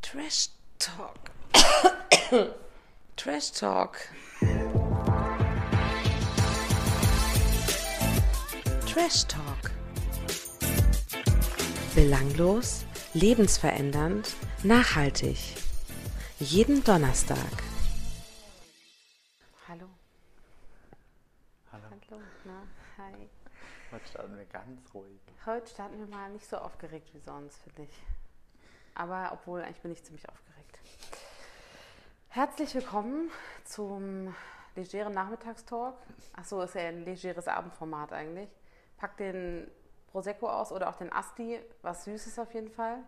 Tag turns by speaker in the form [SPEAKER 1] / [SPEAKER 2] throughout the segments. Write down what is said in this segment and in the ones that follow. [SPEAKER 1] Trash Talk. Trash Talk. Trash Talk. Belanglos, lebensverändernd, nachhaltig. Jeden Donnerstag. Hallo.
[SPEAKER 2] Hallo.
[SPEAKER 1] Hallo. Na, hi.
[SPEAKER 2] Heute starten wir ganz ruhig.
[SPEAKER 1] Heute starten wir mal nicht so aufgeregt wie sonst, finde ich. Aber obwohl, eigentlich bin ich ziemlich aufgeregt. Herzlich willkommen zum legeren Nachmittagstalk. Achso, ist ja ein legeres Abendformat eigentlich. Pack den Prosecco aus oder auch den Asti, was Süßes auf jeden Fall.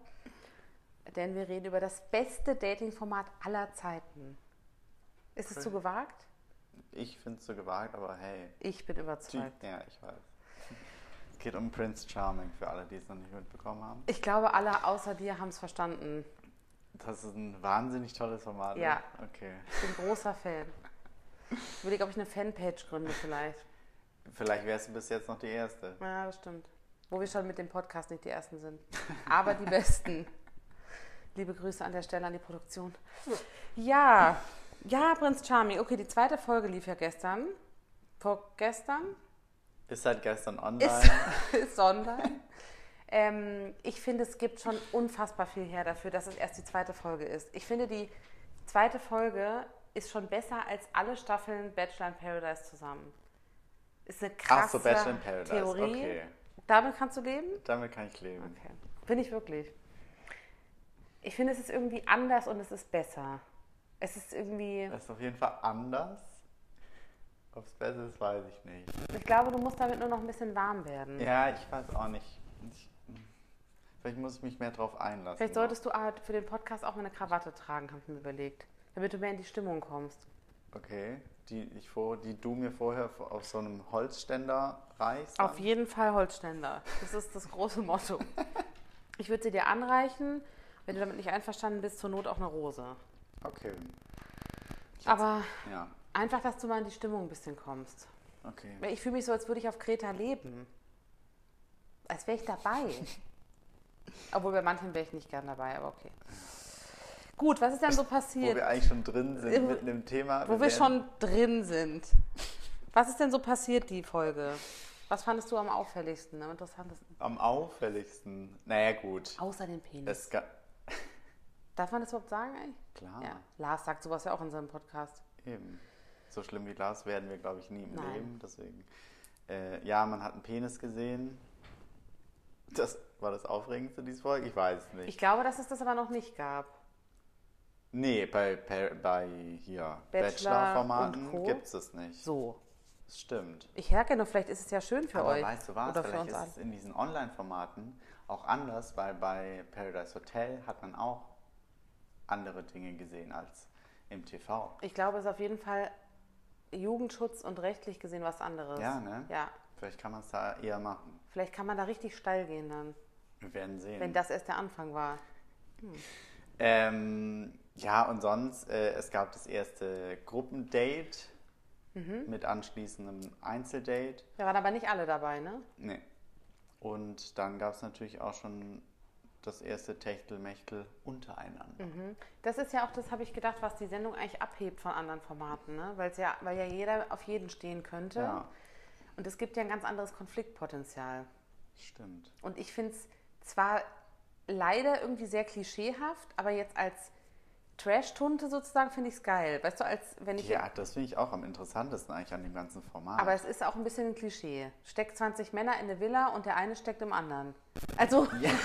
[SPEAKER 1] Denn wir reden über das beste Dating-Format aller Zeiten. Ist es
[SPEAKER 2] Cool.
[SPEAKER 1] zu gewagt?
[SPEAKER 2] Ich finde es so gewagt, aber hey.
[SPEAKER 1] Ich bin
[SPEAKER 2] Typ,
[SPEAKER 1] überzeugt.
[SPEAKER 2] ja, ich weiß. Geht um Prince Charming, für alle, die es noch nicht mitbekommen haben.
[SPEAKER 1] Ich glaube, alle außer dir haben es verstanden.
[SPEAKER 2] Das ist ein wahnsinnig tolles Format. ne?
[SPEAKER 1] Ja.
[SPEAKER 2] Okay.
[SPEAKER 1] Ich bin großer Fan. Ich überlege, ob ich eine Fanpage gründe vielleicht.
[SPEAKER 2] Vielleicht wärst du bis jetzt noch die Erste.
[SPEAKER 1] Ja, das stimmt. Wo wir schon mit dem Podcast nicht die Ersten sind. Aber die Besten. Liebe Grüße an der Stelle an die Produktion. Ja, ja, Prinz Charming. Okay, die zweite Folge lief ja gestern. Vorgestern
[SPEAKER 2] Ist seit gestern online.
[SPEAKER 1] ist, ist online. Ähm, ich finde, es gibt schon unfassbar viel her dafür, dass es erst die zweite Folge ist. Ich finde, die zweite Folge ist schon besser als alle Staffeln Bachelor in Paradise zusammen. Ist eine krasse
[SPEAKER 2] Ach so, Bachelor in Paradise.
[SPEAKER 1] Theorie.
[SPEAKER 2] Okay.
[SPEAKER 1] Damit kannst du leben?
[SPEAKER 2] Damit kann ich leben.
[SPEAKER 1] Okay. Finde ich wirklich. Ich finde, es ist irgendwie anders und es ist besser. Es ist irgendwie.
[SPEAKER 2] Das ist auf jeden Fall anders. Ob's besser ist, weiß ich nicht.
[SPEAKER 1] Ich glaube, du musst damit nur noch ein bisschen warm werden.
[SPEAKER 2] Ja, ich weiß auch nicht. Ich, hm. vielleicht muss ich mich mehr drauf einlassen.
[SPEAKER 1] Vielleicht solltest du ah, für den Podcast auch mal eine Krawatte tragen, habe ich mir überlegt. Damit du mehr in die Stimmung kommst.
[SPEAKER 2] Okay, die, ich vor, die du mir vorher vor- auf so einem Holzständer reichst.
[SPEAKER 1] Auf jeden Fall Holzständer. Das ist das große Motto. Ich würde sie dir anreichen. Wenn du damit nicht einverstanden bist, zur Not auch eine Rose.
[SPEAKER 2] Okay,
[SPEAKER 1] Aber
[SPEAKER 2] ja,
[SPEAKER 1] einfach, dass du mal in die Stimmung ein bisschen kommst.
[SPEAKER 2] okay.
[SPEAKER 1] Ich fühle mich so, als würde ich auf Kreta leben. Als wäre ich dabei. Obwohl bei manchen wäre ich nicht gern dabei, aber okay. Gut, was ist denn so
[SPEAKER 2] Wo
[SPEAKER 1] passiert,
[SPEAKER 2] wir eigentlich schon drin
[SPEAKER 1] Äh,
[SPEAKER 2] sind mitten im Thema.
[SPEAKER 1] wo wir schon drin sind? Was ist denn so passiert, die Folge? Was fandest du am auffälligsten, am interessantesten?
[SPEAKER 2] Am auffälligsten. Naja, gut.
[SPEAKER 1] Außer den Penis. Ah.
[SPEAKER 2] Es ga-
[SPEAKER 1] Darf man das überhaupt sagen eigentlich?
[SPEAKER 2] Klar,
[SPEAKER 1] Ja. Lars sagt sowas ja auch in seinem Podcast.
[SPEAKER 2] eben. So schlimm wie Lars werden wir, glaube ich, nie im
[SPEAKER 1] Nein.
[SPEAKER 2] Leben. Deswegen. Äh, ja, man hat einen Penis gesehen. Das war das Aufregendste dieses Folge? Ich weiß es nicht.
[SPEAKER 1] Ich glaube, dass es das aber noch nicht gab.
[SPEAKER 2] nee, bei, bei, bei hier
[SPEAKER 1] Bachelor und Co.
[SPEAKER 2] Bachelor-Formaten gibt es das nicht.
[SPEAKER 1] So.
[SPEAKER 2] Das stimmt.
[SPEAKER 1] Ich herke nur, vielleicht ist es ja schön für
[SPEAKER 2] Aber
[SPEAKER 1] euch.
[SPEAKER 2] weißt du was,
[SPEAKER 1] Oder für
[SPEAKER 2] vielleicht
[SPEAKER 1] uns
[SPEAKER 2] ist
[SPEAKER 1] alle.
[SPEAKER 2] es in diesen Online-Formaten auch anders, weil bei Paradise Hotel hat man auch andere Dinge gesehen als im TV.
[SPEAKER 1] Ich glaube, es ist auf jeden Fall Jugendschutz und rechtlich gesehen was anderes.
[SPEAKER 2] Ja, ne?
[SPEAKER 1] Ja.
[SPEAKER 2] Vielleicht kann man es da eher machen.
[SPEAKER 1] Vielleicht kann man da richtig steil gehen dann,
[SPEAKER 2] Wir werden sehen.
[SPEAKER 1] wenn das erst der Anfang war.
[SPEAKER 2] ähm, ja, und sonst, äh, es gab das erste Gruppendate
[SPEAKER 1] Mhm.
[SPEAKER 2] mit anschließendem Einzeldate.
[SPEAKER 1] Da waren aber nicht alle dabei, ne?
[SPEAKER 2] Nee. Und dann gab es natürlich auch schon das erste Techtelmechtel untereinander.
[SPEAKER 1] Mhm. Das ist ja auch, das habe ich gedacht, was die Sendung eigentlich abhebt von anderen Formaten, ne? Weil's ja, weil ja jeder auf jeden stehen könnte.
[SPEAKER 2] Ja,
[SPEAKER 1] Und es gibt ja ein ganz anderes Konfliktpotenzial.
[SPEAKER 2] stimmt.
[SPEAKER 1] Und ich finde es zwar leider irgendwie sehr klischeehaft, aber jetzt als Trash-Tunte sozusagen finde ich es geil. Weißt du, als wenn ich
[SPEAKER 2] Ja, das finde ich auch am interessantesten eigentlich an dem ganzen Format.
[SPEAKER 1] Aber es ist auch ein bisschen ein Klischee. Steckt 20 Männer in eine Villa und der eine steckt im anderen. Also.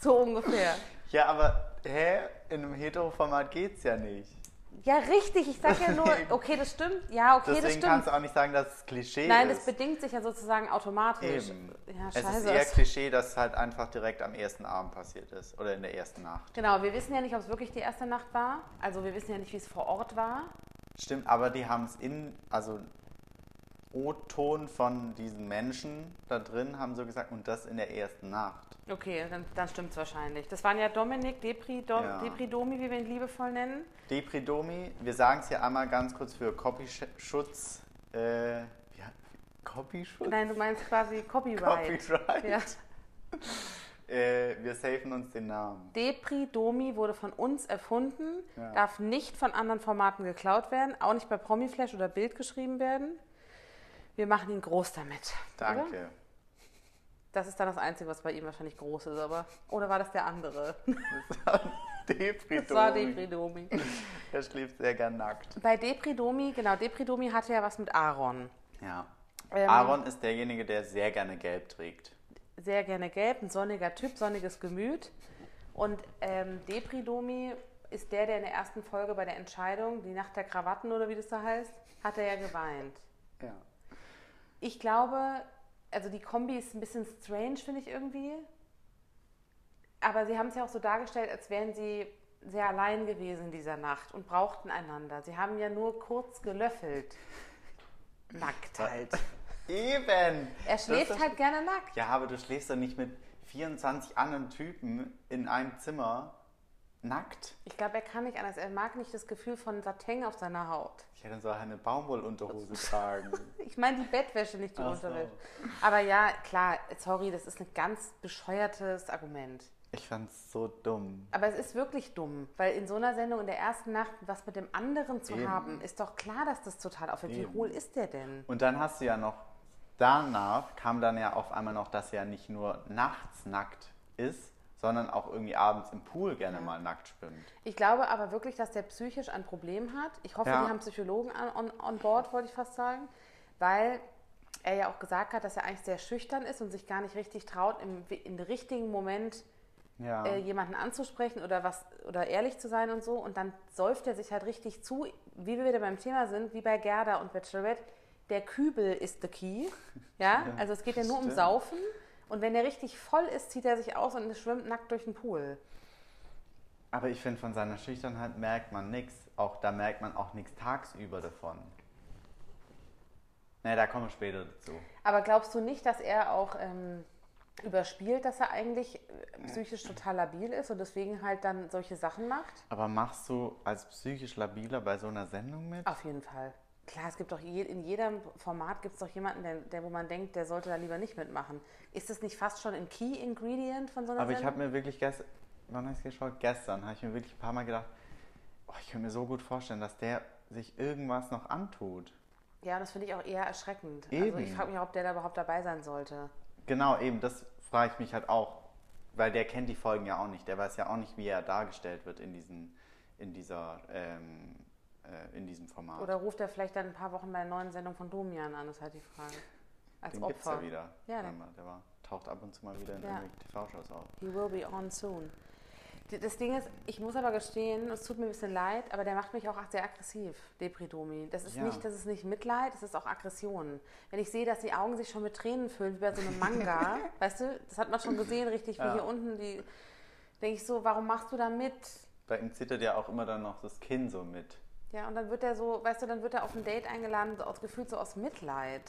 [SPEAKER 1] so ungefähr.
[SPEAKER 2] ja, aber hä? In einem Hetero-Format geht's ja nicht.
[SPEAKER 1] Ja, richtig. Ich sag ja nur,
[SPEAKER 2] Deswegen-
[SPEAKER 1] okay, das stimmt. Ja, okay,
[SPEAKER 2] Deswegen
[SPEAKER 1] das
[SPEAKER 2] kannst
[SPEAKER 1] stimmt.
[SPEAKER 2] du auch nicht sagen, dass es Klischee
[SPEAKER 1] Nein, das
[SPEAKER 2] ist.
[SPEAKER 1] bedingt sich ja sozusagen automatisch.
[SPEAKER 2] Eben.
[SPEAKER 1] Ja,
[SPEAKER 2] es ist
[SPEAKER 1] scheiße.
[SPEAKER 2] eher Klischee, dass es halt einfach direkt am ersten Abend passiert ist oder in der ersten Nacht.
[SPEAKER 1] genau, wir wissen ja nicht, ob es wirklich die erste Nacht war. Also wir wissen ja nicht, wie es vor Ort war.
[SPEAKER 2] Stimmt, aber die haben es in, also O-Ton von diesen Menschen da drin haben so gesagt und das in der ersten Nacht.
[SPEAKER 1] Okay, dann, dann stimmt es wahrscheinlich. Das waren ja Dominik, Depri, Dom,
[SPEAKER 2] Ja.
[SPEAKER 1] Depri Domi, wie wir ihn liebevoll nennen.
[SPEAKER 2] Depridomi, wir sagen es hier einmal ganz kurz für Copyschutz. Äh, ja, Copyschutz?
[SPEAKER 1] Nein, du meinst quasi Copyright.
[SPEAKER 2] Copyright.
[SPEAKER 1] Ja.
[SPEAKER 2] äh, wir safen uns den Namen.
[SPEAKER 1] Depri Domi wurde von uns erfunden,
[SPEAKER 2] Ja.
[SPEAKER 1] darf nicht von anderen Formaten geklaut werden, auch nicht bei Promiflash oder Bild geschrieben werden. Wir machen ihn groß damit. Oder?
[SPEAKER 2] Danke.
[SPEAKER 1] Das ist dann das Einzige, was bei ihm wahrscheinlich groß ist, aber. Oder war das der andere?
[SPEAKER 2] Depridomi.
[SPEAKER 1] Das war Depri Domi.
[SPEAKER 2] Der schläft sehr gern nackt.
[SPEAKER 1] Bei Depri Domi, genau, Depri Domi hatte ja was mit Aaron.
[SPEAKER 2] Ja.
[SPEAKER 1] Ähm,
[SPEAKER 2] Aaron ist derjenige, der sehr gerne gelb trägt.
[SPEAKER 1] sehr gerne gelb, ein sonniger Typ, sonniges Gemüt. Und ähm, Depridomi ist der, der in der ersten Folge bei der Entscheidung, die Nacht der Krawatten oder wie das da heißt, hat er ja geweint.
[SPEAKER 2] Ja.
[SPEAKER 1] Ich glaube, also die Kombi ist ein bisschen strange, finde ich irgendwie. Aber sie haben es ja auch so dargestellt, als wären sie sehr allein gewesen in dieser Nacht und brauchten einander. Sie haben ja nur kurz gelöffelt. Nackt halt.
[SPEAKER 2] Eben!
[SPEAKER 1] Er
[SPEAKER 2] Das
[SPEAKER 1] schläft
[SPEAKER 2] ist-
[SPEAKER 1] halt gerne nackt.
[SPEAKER 2] Ja, aber du schläfst doch nicht mit 24 anderen Typen in einem Zimmer nackt.
[SPEAKER 1] Ich glaube, er kann nicht anders. Er mag nicht das Gefühl von Satin auf seiner Haut.
[SPEAKER 2] Ich hätte so eine Baumwollunterhose tragen.
[SPEAKER 1] Ich meine die Bettwäsche, nicht die
[SPEAKER 2] Ach so.
[SPEAKER 1] Unterwäsche. Aber ja, klar, sorry, das ist ein ganz bescheuertes Argument.
[SPEAKER 2] Ich fand's so dumm.
[SPEAKER 1] Aber es ist wirklich dumm, weil in so einer Sendung in der ersten Nacht was mit dem anderen zu
[SPEAKER 2] Eben.
[SPEAKER 1] haben, ist doch klar, dass das total aufhört. Wie
[SPEAKER 2] Eben.
[SPEAKER 1] hohl ist der denn?
[SPEAKER 2] Und dann hast du ja noch, danach kam dann ja auf einmal noch, dass er nicht nur nachts nackt ist, sondern auch irgendwie abends im Pool gerne mal nackt schwimmt.
[SPEAKER 1] Ich glaube aber wirklich, dass der psychisch ein Problem hat. Ich hoffe,
[SPEAKER 2] Ja.
[SPEAKER 1] die haben Psychologen an, on, on board, wollte ich fast sagen, weil er ja auch gesagt hat, dass er eigentlich sehr schüchtern ist und sich gar nicht richtig traut, im, im richtigen Moment
[SPEAKER 2] Ja.
[SPEAKER 1] äh, jemanden anzusprechen oder was oder ehrlich zu sein und so. Und dann säuft er sich halt richtig zu, wie wir wieder beim Thema sind, wie bei Gerda und Bachelorette. Der Kübel ist the key. Ja, also es geht ja nur um
[SPEAKER 2] stimmt.
[SPEAKER 1] Saufen. Und wenn er richtig voll ist, zieht er sich aus und schwimmt nackt durch den Pool.
[SPEAKER 2] Aber ich finde, von seiner Schüchternheit merkt man nichts. Auch da merkt man auch nichts tagsüber davon. Ne, da komme ich später dazu.
[SPEAKER 1] Aber glaubst du nicht, dass er auch ähm, überspielt, dass er eigentlich äh, psychisch total labil ist und deswegen halt dann solche Sachen macht?
[SPEAKER 2] Aber machst du als psychisch labiler bei so einer Sendung mit?
[SPEAKER 1] Auf jeden Fall. Klar, es gibt doch je, in jedem Format gibt es doch jemanden, der, der, wo man denkt, der sollte da lieber nicht mitmachen. Ist das nicht fast schon ein Key Ingredient von so einer
[SPEAKER 2] Aber ich
[SPEAKER 1] Sendung?
[SPEAKER 2] habe mir wirklich gestern, wann habe ich geschaut? Gestern habe ich mir wirklich ein paar Mal gedacht, oh, ich könnte mir so gut vorstellen, dass der sich irgendwas noch antut.
[SPEAKER 1] ja, und das finde ich auch eher erschreckend. Also
[SPEAKER 2] Eben.
[SPEAKER 1] ich frage mich, ob der da überhaupt dabei sein sollte.
[SPEAKER 2] Genau, eben, das frage ich mich halt auch, weil der kennt die Folgen ja auch nicht. Der weiß ja auch nicht, wie er dargestellt wird in, diesen, in, dieser, ähm, äh, in diesem Format.
[SPEAKER 1] Oder ruft er vielleicht dann ein paar Wochen bei der neuen Sendung von Domian an? Das ist halt die Frage. Als
[SPEAKER 2] Den gibt's
[SPEAKER 1] Opfer.
[SPEAKER 2] ja wieder.
[SPEAKER 1] Ja,
[SPEAKER 2] der,
[SPEAKER 1] der-
[SPEAKER 2] der war, taucht ab und zu mal wieder in
[SPEAKER 1] Ja.
[SPEAKER 2] irgendwelchen TV-Shows auf.
[SPEAKER 1] He will be on soon. D- Das Ding ist, ich muss aber gestehen, es tut mir ein bisschen leid, aber der macht mich auch sehr aggressiv, Depridomi. Das ist
[SPEAKER 2] Ja.
[SPEAKER 1] nicht, das ist nicht Mitleid, das ist auch Aggression. Wenn ich sehe, dass die Augen sich schon mit Tränen füllen, wie bei so einem Manga, weißt du, das hat man schon gesehen, richtig, wie
[SPEAKER 2] Ja.
[SPEAKER 1] hier unten, die, denke ich so, warum machst du da mit?
[SPEAKER 2] Bei ihm zittert ja auch immer dann noch das Kinn so mit.
[SPEAKER 1] Ja, und dann wird er so, weißt du, dann wird er auf ein Date eingeladen, so aus gefühlt so aus Mitleid.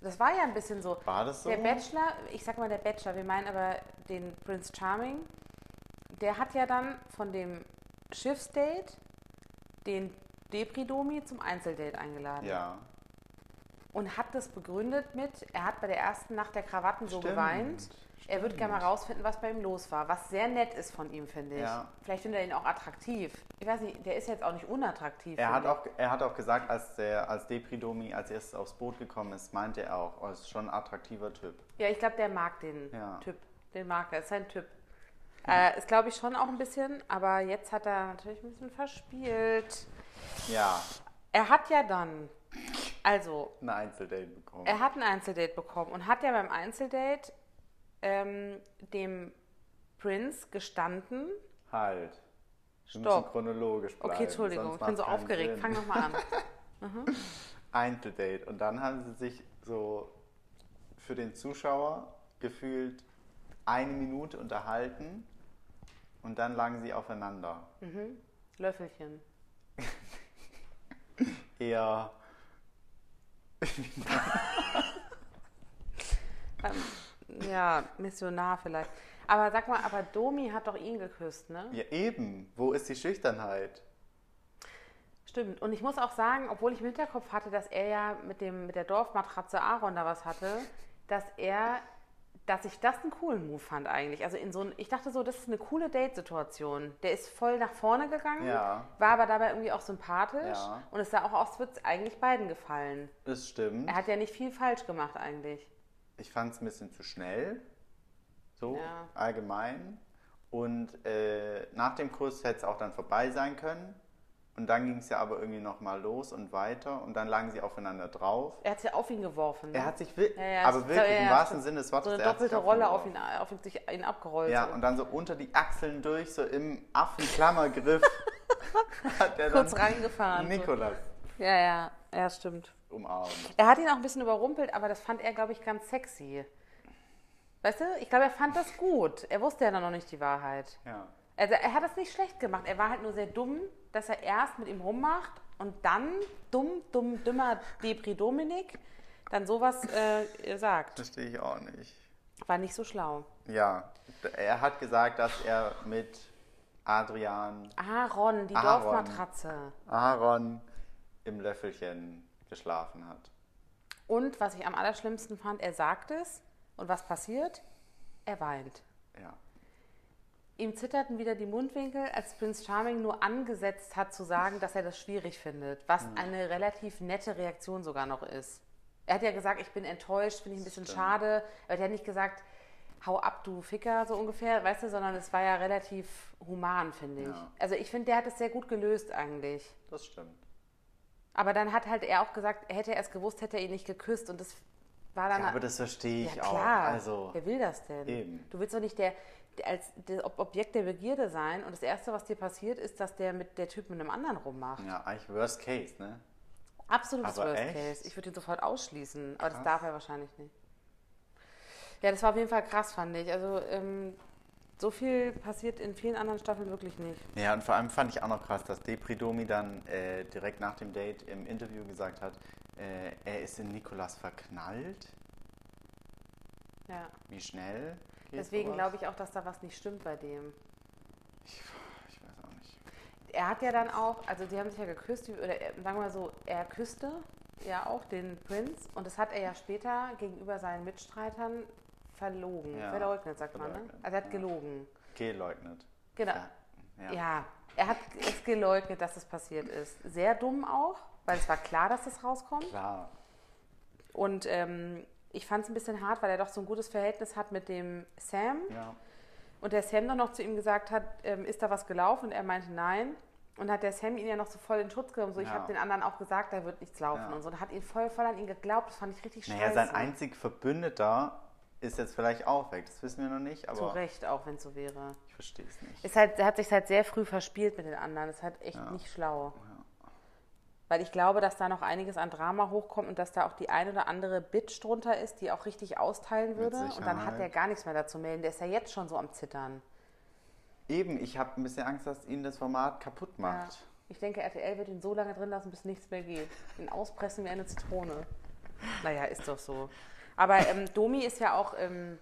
[SPEAKER 1] Das war ja ein bisschen so.
[SPEAKER 2] War das so?
[SPEAKER 1] Der Bachelor, ich sag mal der Bachelor, wir meinen aber den Prince Charming, der hat ja dann von dem Schiffsdate den Depridomi zum Einzeldate eingeladen.
[SPEAKER 2] ja.
[SPEAKER 1] Und hat das begründet mit, er hat bei der ersten Nacht der Krawatten so
[SPEAKER 2] Stimmt,
[SPEAKER 1] geweint. Er wird gerne mal
[SPEAKER 2] stimmt.
[SPEAKER 1] rausfinden, was bei ihm los war. Was sehr nett ist von ihm, finde ich.
[SPEAKER 2] Ja.
[SPEAKER 1] Vielleicht findet er ihn auch attraktiv. Ich weiß nicht, der ist jetzt auch nicht unattraktiv.
[SPEAKER 2] Er hat,
[SPEAKER 1] finde ich.
[SPEAKER 2] auch, er hat auch gesagt, als, der, als Depridomi als erstes aufs Boot gekommen ist, meinte er auch, oh, ist schon ein attraktiver Typ.
[SPEAKER 1] Ja, ich glaube, der mag den
[SPEAKER 2] Ja.
[SPEAKER 1] Typ. Den mag er, ist sein Typ. Äh, ist, glaube ich, schon auch ein bisschen, aber jetzt hat er natürlich ein bisschen verspielt.
[SPEAKER 2] Ja,
[SPEAKER 1] Er hat ja dann, also,
[SPEAKER 2] ein Einzeldate bekommen.
[SPEAKER 1] er hat ein Einzeldate bekommen und hat ja beim Einzeldate ähm, dem Prinz gestanden.
[SPEAKER 2] halt. Wir müssen
[SPEAKER 1] Stopp.
[SPEAKER 2] chronologisch bleiben.
[SPEAKER 1] Okay, Entschuldigung,
[SPEAKER 2] sonst
[SPEAKER 1] ich bin so
[SPEAKER 2] macht's keinen
[SPEAKER 1] aufgeregt.
[SPEAKER 2] Sinn.
[SPEAKER 1] Fang nochmal an.
[SPEAKER 2] Einzeldate. Und dann haben sie sich so für den Zuschauer gefühlt eine Minute unterhalten und dann lagen sie aufeinander.
[SPEAKER 1] Löffelchen.
[SPEAKER 2] Eher
[SPEAKER 1] Ja, Missionar vielleicht. Aber sag mal, aber Domi hat doch ihn geküsst, ne?
[SPEAKER 2] ja, eben. Wo ist die Schüchternheit?
[SPEAKER 1] Stimmt. Und ich muss auch sagen, obwohl ich im Hinterkopf hatte, dass er ja mit, dem, mit der Dorfmatratze Aaron da was hatte, dass er dass ich das einen coolen Move fand eigentlich. Also in so ein, ich dachte so, das ist eine coole Date-Situation. Der ist voll nach vorne gegangen,
[SPEAKER 2] Ja.
[SPEAKER 1] war aber dabei irgendwie auch sympathisch
[SPEAKER 2] Ja.
[SPEAKER 1] und es sah auch aus, als würde es eigentlich beiden gefallen.
[SPEAKER 2] Das stimmt.
[SPEAKER 1] Er hat ja nicht viel falsch gemacht eigentlich.
[SPEAKER 2] Ich fand es ein bisschen zu schnell. So,
[SPEAKER 1] Ja.
[SPEAKER 2] allgemein. Und äh, nach dem Kuss hätte es auch dann vorbei sein können. Und dann ging es ja aber irgendwie nochmal los und weiter. Und dann lagen sie aufeinander drauf.
[SPEAKER 1] Er hat ja auf ihn geworfen. ne?
[SPEAKER 2] Er hat sich wirklich,
[SPEAKER 1] Ja, ja,
[SPEAKER 2] aber
[SPEAKER 1] ich-
[SPEAKER 2] wirklich,
[SPEAKER 1] ja, ja,
[SPEAKER 2] im wahrsten
[SPEAKER 1] stimmt.
[SPEAKER 2] Sinne des Wortes,
[SPEAKER 1] so eine
[SPEAKER 2] er hat sich
[SPEAKER 1] doppelte Rolle auf
[SPEAKER 2] geworfen.
[SPEAKER 1] ihn, auf ihn, sich, ihn abgerollt.
[SPEAKER 2] Ja,
[SPEAKER 1] so.
[SPEAKER 2] und dann so unter die Achseln durch, so im Affenklammergriff hat er
[SPEAKER 1] kurz
[SPEAKER 2] dann
[SPEAKER 1] reingefahren. So.
[SPEAKER 2] Nikolas
[SPEAKER 1] Ja, ja, ja, stimmt.
[SPEAKER 2] umarmt.
[SPEAKER 1] Er hat ihn auch ein bisschen überrumpelt, aber das fand er, glaube ich, ganz sexy. Weißt du, ich glaube, er fand das gut. Er wusste ja dann noch nicht die Wahrheit.
[SPEAKER 2] Ja.
[SPEAKER 1] Also er hat das nicht schlecht gemacht. Er war halt nur sehr dumm, dass er erst mit ihm rummacht und dann dumm, dumm, dümmer Depri Dominik dann sowas äh, sagt.
[SPEAKER 2] Verstehe ich auch nicht.
[SPEAKER 1] War nicht so schlau.
[SPEAKER 2] Ja, er hat gesagt, dass er mit Adrian
[SPEAKER 1] Aaron, die
[SPEAKER 2] Aaron.
[SPEAKER 1] Dorfmatratze.
[SPEAKER 2] Aaron im Löffelchen geschlafen hat.
[SPEAKER 1] Und was ich am allerschlimmsten fand, er sagt es. Und was passiert? Er weint.
[SPEAKER 2] Ja.
[SPEAKER 1] Ihm zitterten wieder die Mundwinkel, als Prince Charming nur angesetzt hat zu sagen, dass er das schwierig findet, was
[SPEAKER 2] Hm.
[SPEAKER 1] eine relativ nette Reaktion sogar noch ist. Er hat ja gesagt, ich bin enttäuscht, finde ich ein bisschen
[SPEAKER 2] Stimmt.
[SPEAKER 1] schade. Er hat ja nicht gesagt, hau ab, du Ficker, so ungefähr, weißt du, sondern es war ja relativ human, finde ich.
[SPEAKER 2] Ja.
[SPEAKER 1] Also ich finde, der hat es sehr gut gelöst eigentlich.
[SPEAKER 2] Das stimmt.
[SPEAKER 1] Aber dann hat halt er auch gesagt, hätte er es gewusst, hätte er ihn nicht geküsst und das war dann
[SPEAKER 2] Ja, aber das verstehe ich
[SPEAKER 1] ja,
[SPEAKER 2] auch.
[SPEAKER 1] klar.
[SPEAKER 2] Also,
[SPEAKER 1] Wer will das denn?
[SPEAKER 2] Eben.
[SPEAKER 1] Du willst doch nicht der, der als der Ob- Objekt der Begierde sein und das Erste, was dir passiert, ist, dass der mit der Typ mit einem anderen rummacht.
[SPEAKER 2] ja, eigentlich worst case, ne?
[SPEAKER 1] Absolutes
[SPEAKER 2] Mhm. Aber
[SPEAKER 1] Worst
[SPEAKER 2] echt?
[SPEAKER 1] Case. Ich würde ihn sofort ausschließen, aber das
[SPEAKER 2] Krass.
[SPEAKER 1] darf er wahrscheinlich nicht. Ja, das war auf jeden Fall krass, fand ich. Also ähm, so viel passiert in vielen anderen Staffeln wirklich nicht.
[SPEAKER 2] Ja, und vor allem fand ich auch noch krass, dass Depridomi dann äh, direkt nach dem Date im Interview gesagt hat, äh, er ist in Nikolas verknallt.
[SPEAKER 1] Ja.
[SPEAKER 2] Wie schnell? geht
[SPEAKER 1] Deswegen
[SPEAKER 2] sowas?
[SPEAKER 1] glaube ich auch, dass da was nicht stimmt bei dem.
[SPEAKER 2] ich. Ich weiß auch nicht.
[SPEAKER 1] Er hat ja dann auch, also die haben sich ja geküsst, oder er- sagen wir mal so, er küsste ja auch den Prinz und das hat er ja später gegenüber seinen Mitstreitern verlogen,
[SPEAKER 2] Ja,
[SPEAKER 1] verleugnet, sagt man, ne?
[SPEAKER 2] verleugnet,
[SPEAKER 1] Also er hat
[SPEAKER 2] ja.
[SPEAKER 1] gelogen.
[SPEAKER 2] Geleugnet.
[SPEAKER 1] Genau.
[SPEAKER 2] Ja.
[SPEAKER 1] Ja.
[SPEAKER 2] Ja.
[SPEAKER 1] er hat es geleugnet, dass es passiert ist. Sehr dumm auch, weil es war klar, dass das rauskommt.
[SPEAKER 2] Klar.
[SPEAKER 1] Und ähm, ich fand es ein bisschen hart, weil er doch so ein gutes Verhältnis hat mit dem Sam.
[SPEAKER 2] Ja.
[SPEAKER 1] Und der Sam dann noch zu ihm gesagt hat, ähm, ist da was gelaufen? Und er meinte nein. Und hat der Sam ihn ja noch so voll in Schutz genommen. So, ich
[SPEAKER 2] Ja.
[SPEAKER 1] habe den anderen auch gesagt, da wird nichts laufen
[SPEAKER 2] Ja.
[SPEAKER 1] und so. Und hat ihn voll, voll an ihn geglaubt. Das fand ich richtig scheiße.
[SPEAKER 2] Naja, sein einzig Verbündeter ist jetzt vielleicht auch weg. Das wissen wir noch nicht,
[SPEAKER 1] Zu
[SPEAKER 2] aber
[SPEAKER 1] Recht auch, wenn es so wäre.
[SPEAKER 2] ich verstehe es nicht.
[SPEAKER 1] Ist halt, er hat sich halt sehr früh verspielt mit den anderen. Das ist halt echt
[SPEAKER 2] Ja.
[SPEAKER 1] nicht schlau. Weil ich glaube, dass da noch einiges an Drama hochkommt und dass da auch die ein oder andere Bitch drunter ist, die auch richtig austeilen würde. Und dann hat
[SPEAKER 2] Sicherheit.
[SPEAKER 1] er gar nichts mehr dazu melden. Der ist ja jetzt schon so am Zittern.
[SPEAKER 2] Eben, ich habe ein bisschen Angst, dass ihnen das Format kaputt
[SPEAKER 1] Ja.
[SPEAKER 2] macht.
[SPEAKER 1] Ich denke, RTL wird ihn so lange drin lassen, bis nichts mehr geht. Ihn auspressen wie eine Zitrone. Naja, ist doch so. Aber ähm, Domi ist ja auch ähm,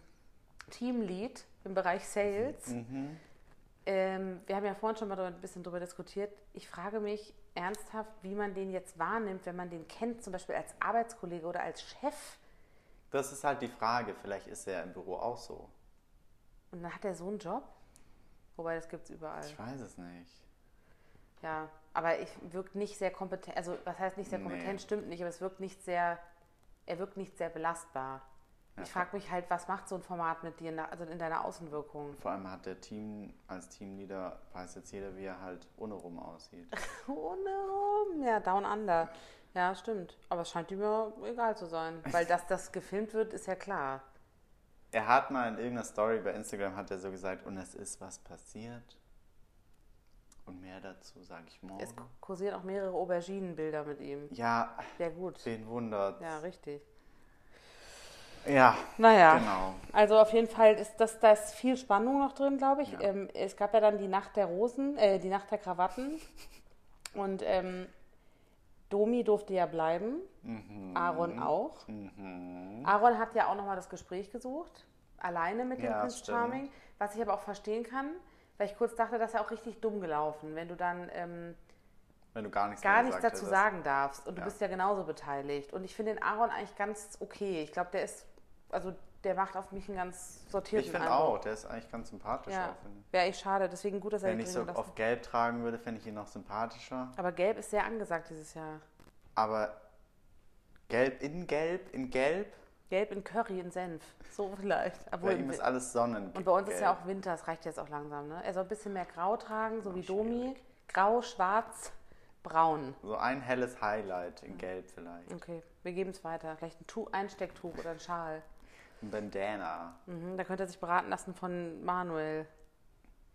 [SPEAKER 1] Teamlead im Bereich Sales. Ähm, wir haben ja vorhin schon mal drüber- ein bisschen drüber diskutiert. Ich frage mich ernsthaft, wie man den jetzt wahrnimmt, wenn man den kennt, zum Beispiel als Arbeitskollege oder als Chef.
[SPEAKER 2] Das ist halt die Frage. Vielleicht ist er im Büro auch so.
[SPEAKER 1] Und dann hat er so einen Job. Wobei, das gibt es überall.
[SPEAKER 2] Ich weiß es nicht.
[SPEAKER 1] Ja, aber ich wirkt nicht sehr kompetent, also was heißt nicht sehr kompetent,
[SPEAKER 2] Nee.
[SPEAKER 1] stimmt nicht, aber es wirkt nicht sehr, er wirkt nicht sehr belastbar. Ich frage mich halt, was macht so ein Format mit dir, in der- also in deiner Außenwirkung?
[SPEAKER 2] Vor allem hat der Team als Teamleader weiß jetzt jeder, wie er halt ohne rum aussieht.
[SPEAKER 1] Ohne rum, Oh ja, down under. Ja, stimmt. Aber es scheint ihm ja egal zu sein, weil dass das gefilmt wird, ist ja klar.
[SPEAKER 2] Er hat mal in irgendeiner Story bei Instagram hat er so gesagt, und es ist was passiert. Und mehr dazu sage ich morgen.
[SPEAKER 1] Es kursieren auch mehrere Auberginenbilder mit ihm.
[SPEAKER 2] ja,
[SPEAKER 1] Sehr gut.
[SPEAKER 2] wen wundert.
[SPEAKER 1] Ja, richtig.
[SPEAKER 2] Ja,
[SPEAKER 1] Naja.
[SPEAKER 2] genau.
[SPEAKER 1] Also auf jeden Fall ist das, da ist viel Spannung noch drin, glaube ich.
[SPEAKER 2] Ja.
[SPEAKER 1] Ähm, es gab ja dann die Nacht der Rosen, äh, die Nacht der Krawatten. Und ähm, Domi durfte ja bleiben,
[SPEAKER 2] Mhm.
[SPEAKER 1] Aaron auch. Aaron hat ja auch nochmal das Gespräch gesucht, alleine mit dem
[SPEAKER 2] Ja,
[SPEAKER 1] Prinz
[SPEAKER 2] stimmt.
[SPEAKER 1] Charming, was ich aber auch verstehen kann, weil ich kurz dachte, das ist ja auch richtig dumm gelaufen, wenn du dann ähm,
[SPEAKER 2] Wenn du gar nichts,
[SPEAKER 1] gar
[SPEAKER 2] mehr
[SPEAKER 1] nichts
[SPEAKER 2] gesagt
[SPEAKER 1] dazu
[SPEAKER 2] hättest.
[SPEAKER 1] sagen darfst. Und du
[SPEAKER 2] Ja.
[SPEAKER 1] bist ja genauso beteiligt. Und ich finde den Aaron eigentlich ganz okay. Ich glaube, der ist, also der macht auf mich einen ganz
[SPEAKER 2] Ich
[SPEAKER 1] sortierten
[SPEAKER 2] finde
[SPEAKER 1] Eindruck.
[SPEAKER 2] auch, der ist eigentlich ganz sympathisch.
[SPEAKER 1] Ja.
[SPEAKER 2] Auch, finde ich.
[SPEAKER 1] Wäre echt schade, deswegen gut, dass er
[SPEAKER 2] Wenn
[SPEAKER 1] ihn
[SPEAKER 2] ich so
[SPEAKER 1] bringen
[SPEAKER 2] auf
[SPEAKER 1] lassen.
[SPEAKER 2] Gelb tragen würde, fände ich ihn noch sympathischer.
[SPEAKER 1] Aber Gelb ist sehr angesagt dieses Jahr.
[SPEAKER 2] Aber Gelb in Gelb, in Gelb,
[SPEAKER 1] Gelb in Curry, in Senf. So vielleicht. Obwohl
[SPEAKER 2] bei ihm
[SPEAKER 1] im
[SPEAKER 2] ist
[SPEAKER 1] Win-
[SPEAKER 2] alles Sonnen.
[SPEAKER 1] und bei uns ist ja auch Winter, das reicht jetzt auch langsam. Ne? Er soll ein bisschen mehr Grau tragen,
[SPEAKER 2] Oh,
[SPEAKER 1] so wie Domi. Grau, schwarz, braun.
[SPEAKER 2] So ein helles Highlight in Gelb vielleicht.
[SPEAKER 1] Okay, wir geben es weiter. Vielleicht ein Tu- Einstecktuch oder ein Schal.
[SPEAKER 2] Ein Bandana.
[SPEAKER 1] Mhm, da könnte er sich beraten lassen von Manuel,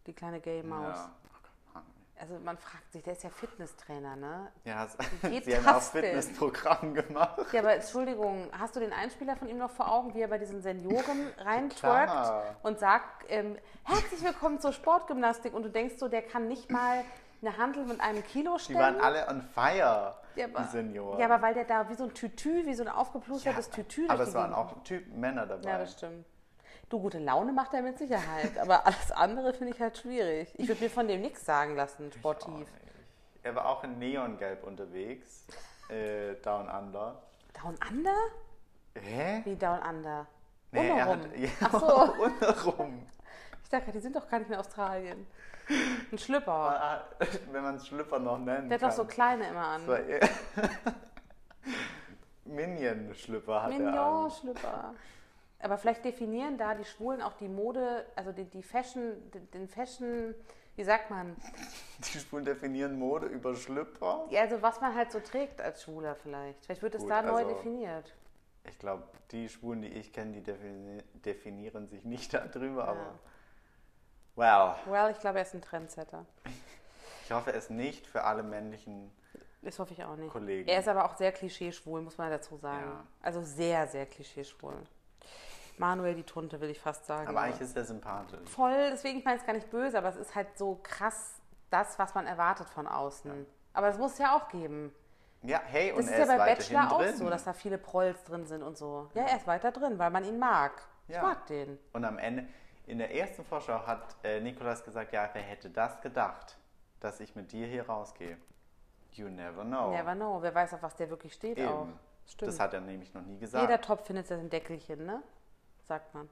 [SPEAKER 1] die kleine Gay-Maus.
[SPEAKER 2] Ja. Oh Gott, Mann.
[SPEAKER 1] Also man fragt sich, der ist ja Fitnesstrainer, ne?
[SPEAKER 2] Ja, es-
[SPEAKER 1] geht
[SPEAKER 2] sie haben auch
[SPEAKER 1] das denn?
[SPEAKER 2] Fitnessprogramm gemacht.
[SPEAKER 1] Ja, aber Entschuldigung, hast du den Einspieler von ihm noch vor Augen, wie er bei diesen Senioren reintwerkt
[SPEAKER 2] Klar.
[SPEAKER 1] und sagt, ähm, herzlich willkommen zur Sportgymnastik und du denkst so, der kann nicht mal eine Handel mit einem Kilo
[SPEAKER 2] Die
[SPEAKER 1] stellen?
[SPEAKER 2] waren alle on fire,
[SPEAKER 1] ja, aber,
[SPEAKER 2] die Senioren.
[SPEAKER 1] Ja, aber weil der da wie so ein Tütü, wie so ein aufgeplustertes Tütü
[SPEAKER 2] Aber
[SPEAKER 1] durch
[SPEAKER 2] es
[SPEAKER 1] die
[SPEAKER 2] waren
[SPEAKER 1] Gegend-
[SPEAKER 2] auch Typen, Männer dabei.
[SPEAKER 1] Ja, das stimmt. Du, gute Laune macht er mit Sicherheit, aber alles andere finde ich halt schwierig. Ich würde mir von dem nichts sagen lassen,
[SPEAKER 2] Auch
[SPEAKER 1] sportiv.
[SPEAKER 2] nicht. Er war auch in Neongelb unterwegs. Äh, Down Under.
[SPEAKER 1] Down Under?
[SPEAKER 2] Hä?
[SPEAKER 1] Wie Down Under?
[SPEAKER 2] Nee,
[SPEAKER 1] Ohne
[SPEAKER 2] er
[SPEAKER 1] rum.
[SPEAKER 2] hat. Ja,
[SPEAKER 1] Ach so.
[SPEAKER 2] ohne rum.
[SPEAKER 1] Ich dachte, die sind doch gar nicht in Australien. Ein Schlüpper.
[SPEAKER 2] Ah, Wenn man es Schlüpper noch nennen
[SPEAKER 1] Der hat
[SPEAKER 2] kann.
[SPEAKER 1] doch so kleine immer
[SPEAKER 2] Das
[SPEAKER 1] an.
[SPEAKER 2] war ihr- Minion-Schlüpper hat er an.
[SPEAKER 1] Mignon-Schlüpper. Aber vielleicht definieren da die Schwulen auch die Mode, also die, die Fashion, den- den Fashion, wie sagt man?
[SPEAKER 2] Die Spulen definieren Mode über Schlüpper.
[SPEAKER 1] Ja, also was man halt so trägt als Schwuler vielleicht. Vielleicht wird es
[SPEAKER 2] Gut,
[SPEAKER 1] da neu
[SPEAKER 2] also-
[SPEAKER 1] definiert.
[SPEAKER 2] Ich glaube, die Schwulen, die ich kenne, die defini definieren sich nicht darüber, aber. Well,
[SPEAKER 1] Well, ich glaube, er ist ein Trendsetter.
[SPEAKER 2] ich hoffe es nicht für alle männlichen.
[SPEAKER 1] Das hoffe ich auch nicht.
[SPEAKER 2] Kollegen.
[SPEAKER 1] Er ist aber auch sehr klischeeschwul, muss man dazu sagen.
[SPEAKER 2] Ja.
[SPEAKER 1] Also sehr, sehr klischeeschwul. Manuel die Tunte, will ich fast sagen.
[SPEAKER 2] Aber eigentlich ist er sympathisch.
[SPEAKER 1] voll, deswegen, ich meine es gar nicht böse, aber es ist halt so krass das, was man erwartet von außen. Aber das muss es ja auch geben.
[SPEAKER 2] Ja, hey,
[SPEAKER 1] Das
[SPEAKER 2] und
[SPEAKER 1] ist
[SPEAKER 2] er
[SPEAKER 1] ja
[SPEAKER 2] ist
[SPEAKER 1] bei
[SPEAKER 2] weiterhin
[SPEAKER 1] Bachelor auch
[SPEAKER 2] drin.
[SPEAKER 1] so, dass da viele Prolls drin sind und so. Ja, er ist weiter drin, weil man ihn mag. Ich
[SPEAKER 2] Ja.
[SPEAKER 1] mag den.
[SPEAKER 2] Und am Ende, in der ersten Vorschau hat äh, Nikolas gesagt, ja, wer hätte das gedacht, dass ich mit dir hier rausgehe? You never know.
[SPEAKER 1] Never know. Wer weiß, auf was der wirklich steht
[SPEAKER 2] Oh. Eben.
[SPEAKER 1] auch. Stimmt.
[SPEAKER 2] Das hat er nämlich noch nie gesagt.
[SPEAKER 1] Jeder Topf findet sein Deckelchen, ne? Sagt man.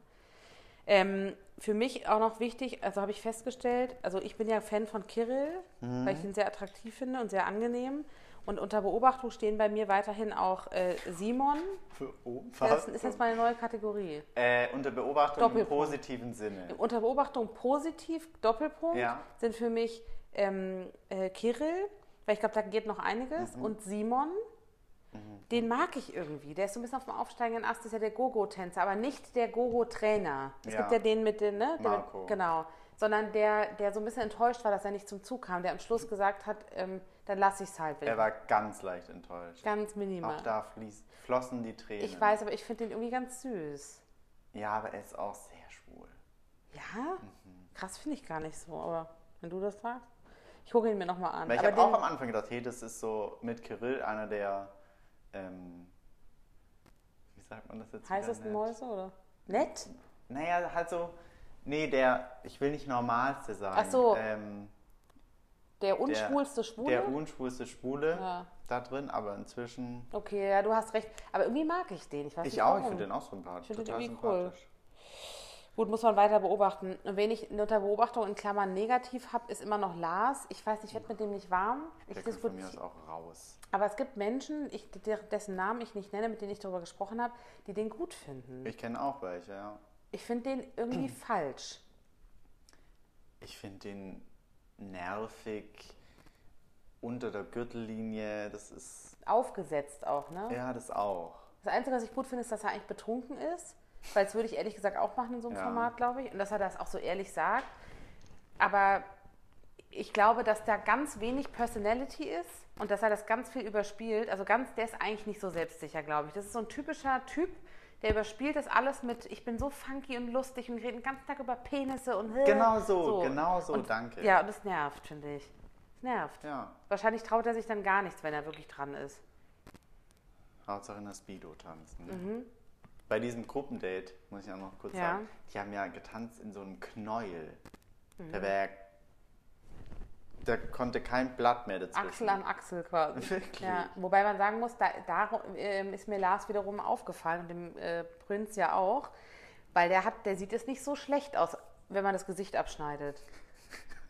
[SPEAKER 1] Ähm, für mich auch noch wichtig, also habe ich festgestellt, also ich bin ja Fan von Kirill, weil ich ihn sehr attraktiv finde und sehr angenehm. Und unter Beobachtung stehen bei mir weiterhin auch äh, Simon. Ja, Das
[SPEAKER 2] Beobachtung.
[SPEAKER 1] ist jetzt meine neue Kategorie.
[SPEAKER 2] äh, unter Beobachtung im
[SPEAKER 1] Doppelpunkt.
[SPEAKER 2] positiven Sinne.
[SPEAKER 1] Unter Beobachtung positiv, Doppelpunkt,
[SPEAKER 2] Ja.
[SPEAKER 1] sind für mich ähm, äh, Kirill, weil ich glaube, da geht noch einiges,
[SPEAKER 2] Mhm.
[SPEAKER 1] und Simon. Den mag ich irgendwie. Der ist so ein bisschen auf dem aufsteigenden Ast, das ist ja der Gogo-Tänzer, aber nicht der Gogo-Trainer. Es
[SPEAKER 2] Ja.
[SPEAKER 1] gibt ja den mit den, ne? Der
[SPEAKER 2] Marco.
[SPEAKER 1] Mit, genau. Sondern der, der so ein bisschen enttäuscht war, dass er nicht zum Zug kam, der am Schluss gesagt hat, ähm, dann lasse ich es halt. wenn
[SPEAKER 2] Er
[SPEAKER 1] ich-
[SPEAKER 2] war ganz leicht enttäuscht.
[SPEAKER 1] ganz minimal.
[SPEAKER 2] Auch da fließ, flossen die Tränen.
[SPEAKER 1] ich weiß, aber ich finde den irgendwie ganz süß.
[SPEAKER 2] Ja, aber er ist auch sehr schwul.
[SPEAKER 1] Ja? Krass finde ich gar nicht so, aber wenn du das sagst. Ich gucke ihn mir nochmal an.
[SPEAKER 2] Weil ich
[SPEAKER 1] aber
[SPEAKER 2] habe auch
[SPEAKER 1] den-
[SPEAKER 2] am Anfang gedacht, hey, das ist so mit Kirill einer der, ähm, wie sagt man das jetzt? wieder
[SPEAKER 1] Heißesten
[SPEAKER 2] nett?
[SPEAKER 1] Mäuse, oder? Nett?
[SPEAKER 2] Naja, halt so, nee, der, ich will nicht normalste sagen.
[SPEAKER 1] Ach so.
[SPEAKER 2] Ähm,
[SPEAKER 1] Der
[SPEAKER 2] der,
[SPEAKER 1] unschwulste Schwule?
[SPEAKER 2] Der unschwulste Schwule
[SPEAKER 1] Ja.
[SPEAKER 2] da drin, aber inzwischen,
[SPEAKER 1] okay, ja, du hast recht. Aber irgendwie mag ich den. Ich weiß
[SPEAKER 2] ich
[SPEAKER 1] nicht
[SPEAKER 2] auch, ich
[SPEAKER 1] warum.
[SPEAKER 2] finde den auch sympathisch.
[SPEAKER 1] Ich finde den
[SPEAKER 2] total
[SPEAKER 1] irgendwie cool.
[SPEAKER 2] sympathisch.
[SPEAKER 1] Gut, muss man weiter beobachten. Und wen ich unter Beobachtung in Klammern negativ habe, ist immer noch Lars. Ich weiß nicht, ich werde mit dem nicht warm. Ich
[SPEAKER 2] Der kommt von mir aus
[SPEAKER 1] diskutiere.
[SPEAKER 2] auch raus.
[SPEAKER 1] Aber es gibt Menschen, ich, der- dessen Namen ich nicht nenne, mit denen ich darüber gesprochen habe, die den gut finden.
[SPEAKER 2] Ich kenne auch welche, ja.
[SPEAKER 1] Ich finde den irgendwie falsch.
[SPEAKER 2] Ich finde den nervig, unter der Gürtellinie, das ist,
[SPEAKER 1] Aufgesetzt auch, ne?
[SPEAKER 2] ja, das auch.
[SPEAKER 1] Das Einzige, was ich gut finde, ist, dass er eigentlich betrunken ist. Weil das würde ich ehrlich gesagt auch machen in so einem
[SPEAKER 2] Ja.
[SPEAKER 1] Format, glaube ich. Und dass er das auch so ehrlich sagt. Aber ich glaube, dass da ganz wenig Personality ist und dass er das ganz viel überspielt. Also ganz, der ist eigentlich nicht so selbstsicher, glaube ich. Das ist so ein typischer Typ, der überspielt das alles mit, ich bin so funky und lustig und rede den ganzen Tag über Penisse und
[SPEAKER 2] Genau so, genau so,
[SPEAKER 1] und,
[SPEAKER 2] danke.
[SPEAKER 1] Ja, und das nervt, finde ich. Das nervt.
[SPEAKER 2] Ja,
[SPEAKER 1] Wahrscheinlich traut er sich dann gar nichts, wenn er wirklich dran ist.
[SPEAKER 2] Hauptsache in der Speedo tanzen. ne? Bei diesem Gruppendate, muss ich auch noch kurz
[SPEAKER 1] Mhm. Ja.
[SPEAKER 2] sagen, die haben ja getanzt in so einem Knäuel.
[SPEAKER 1] Mhm.
[SPEAKER 2] Da wär, da konnte kein Blatt mehr dazwischen.
[SPEAKER 1] Achsel an Achsel quasi.
[SPEAKER 2] Wirklich?
[SPEAKER 1] Ja, wobei man sagen muss, da, da ähm, ist mir Lars wiederum aufgefallen und dem äh, Prinz ja auch, Weil der hat, der sieht es nicht so schlecht aus, wenn man das Gesicht abschneidet.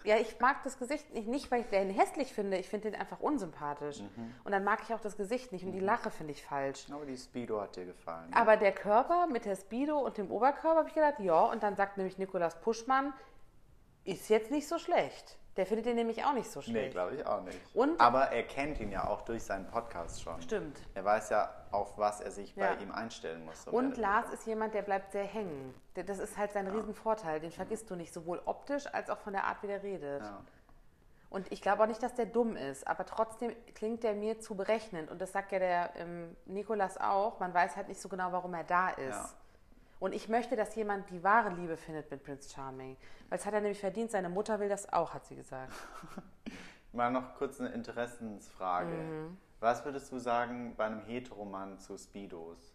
[SPEAKER 1] Ja, ich mag das Gesicht nicht, nicht weil ich den hässlich finde, ich finde den einfach unsympathisch. Und dann mag ich auch das Gesicht nicht und die Lache finde ich falsch.
[SPEAKER 2] Aber die Speedo hat dir gefallen.
[SPEAKER 1] Aber der Körper mit der Speedo und dem Oberkörper habe ich gedacht, ja. Und dann sagt nämlich Nikolaus Puschmann, ist jetzt nicht so schlecht. Der findet den nämlich auch nicht so
[SPEAKER 2] nee,
[SPEAKER 1] schlecht.
[SPEAKER 2] glaube ich auch nicht.
[SPEAKER 1] Und-
[SPEAKER 2] Aber er kennt ihn ja auch durch seinen Podcast schon.
[SPEAKER 1] Stimmt.
[SPEAKER 2] Er weiß ja, auf was er sich
[SPEAKER 1] Ja.
[SPEAKER 2] bei ihm einstellen muss. so mehr
[SPEAKER 1] Und
[SPEAKER 2] oder
[SPEAKER 1] Lars
[SPEAKER 2] weniger.
[SPEAKER 1] ist jemand, der bleibt sehr hängen. Der- Das ist halt sein Riesenvorteil. Den vergisst du nicht, sowohl optisch als auch von der Art, wie der redet.
[SPEAKER 2] Ja.
[SPEAKER 1] Und ich glaube auch nicht, dass der dumm ist, aber trotzdem klingt der mir zu berechnend. Und das sagt ja der ähm, Nikolas auch. Man weiß halt nicht so genau, warum er da ist.
[SPEAKER 2] Ja.
[SPEAKER 1] Und ich möchte, dass jemand die wahre Liebe findet mit Prince Charming. Weil es hat er nämlich verdient. Seine Mutter will das auch, hat sie gesagt.
[SPEAKER 2] Mal noch kurz eine Interessensfrage.
[SPEAKER 1] Mhm.
[SPEAKER 2] Was würdest du sagen bei einem Heteroman zu Speedos?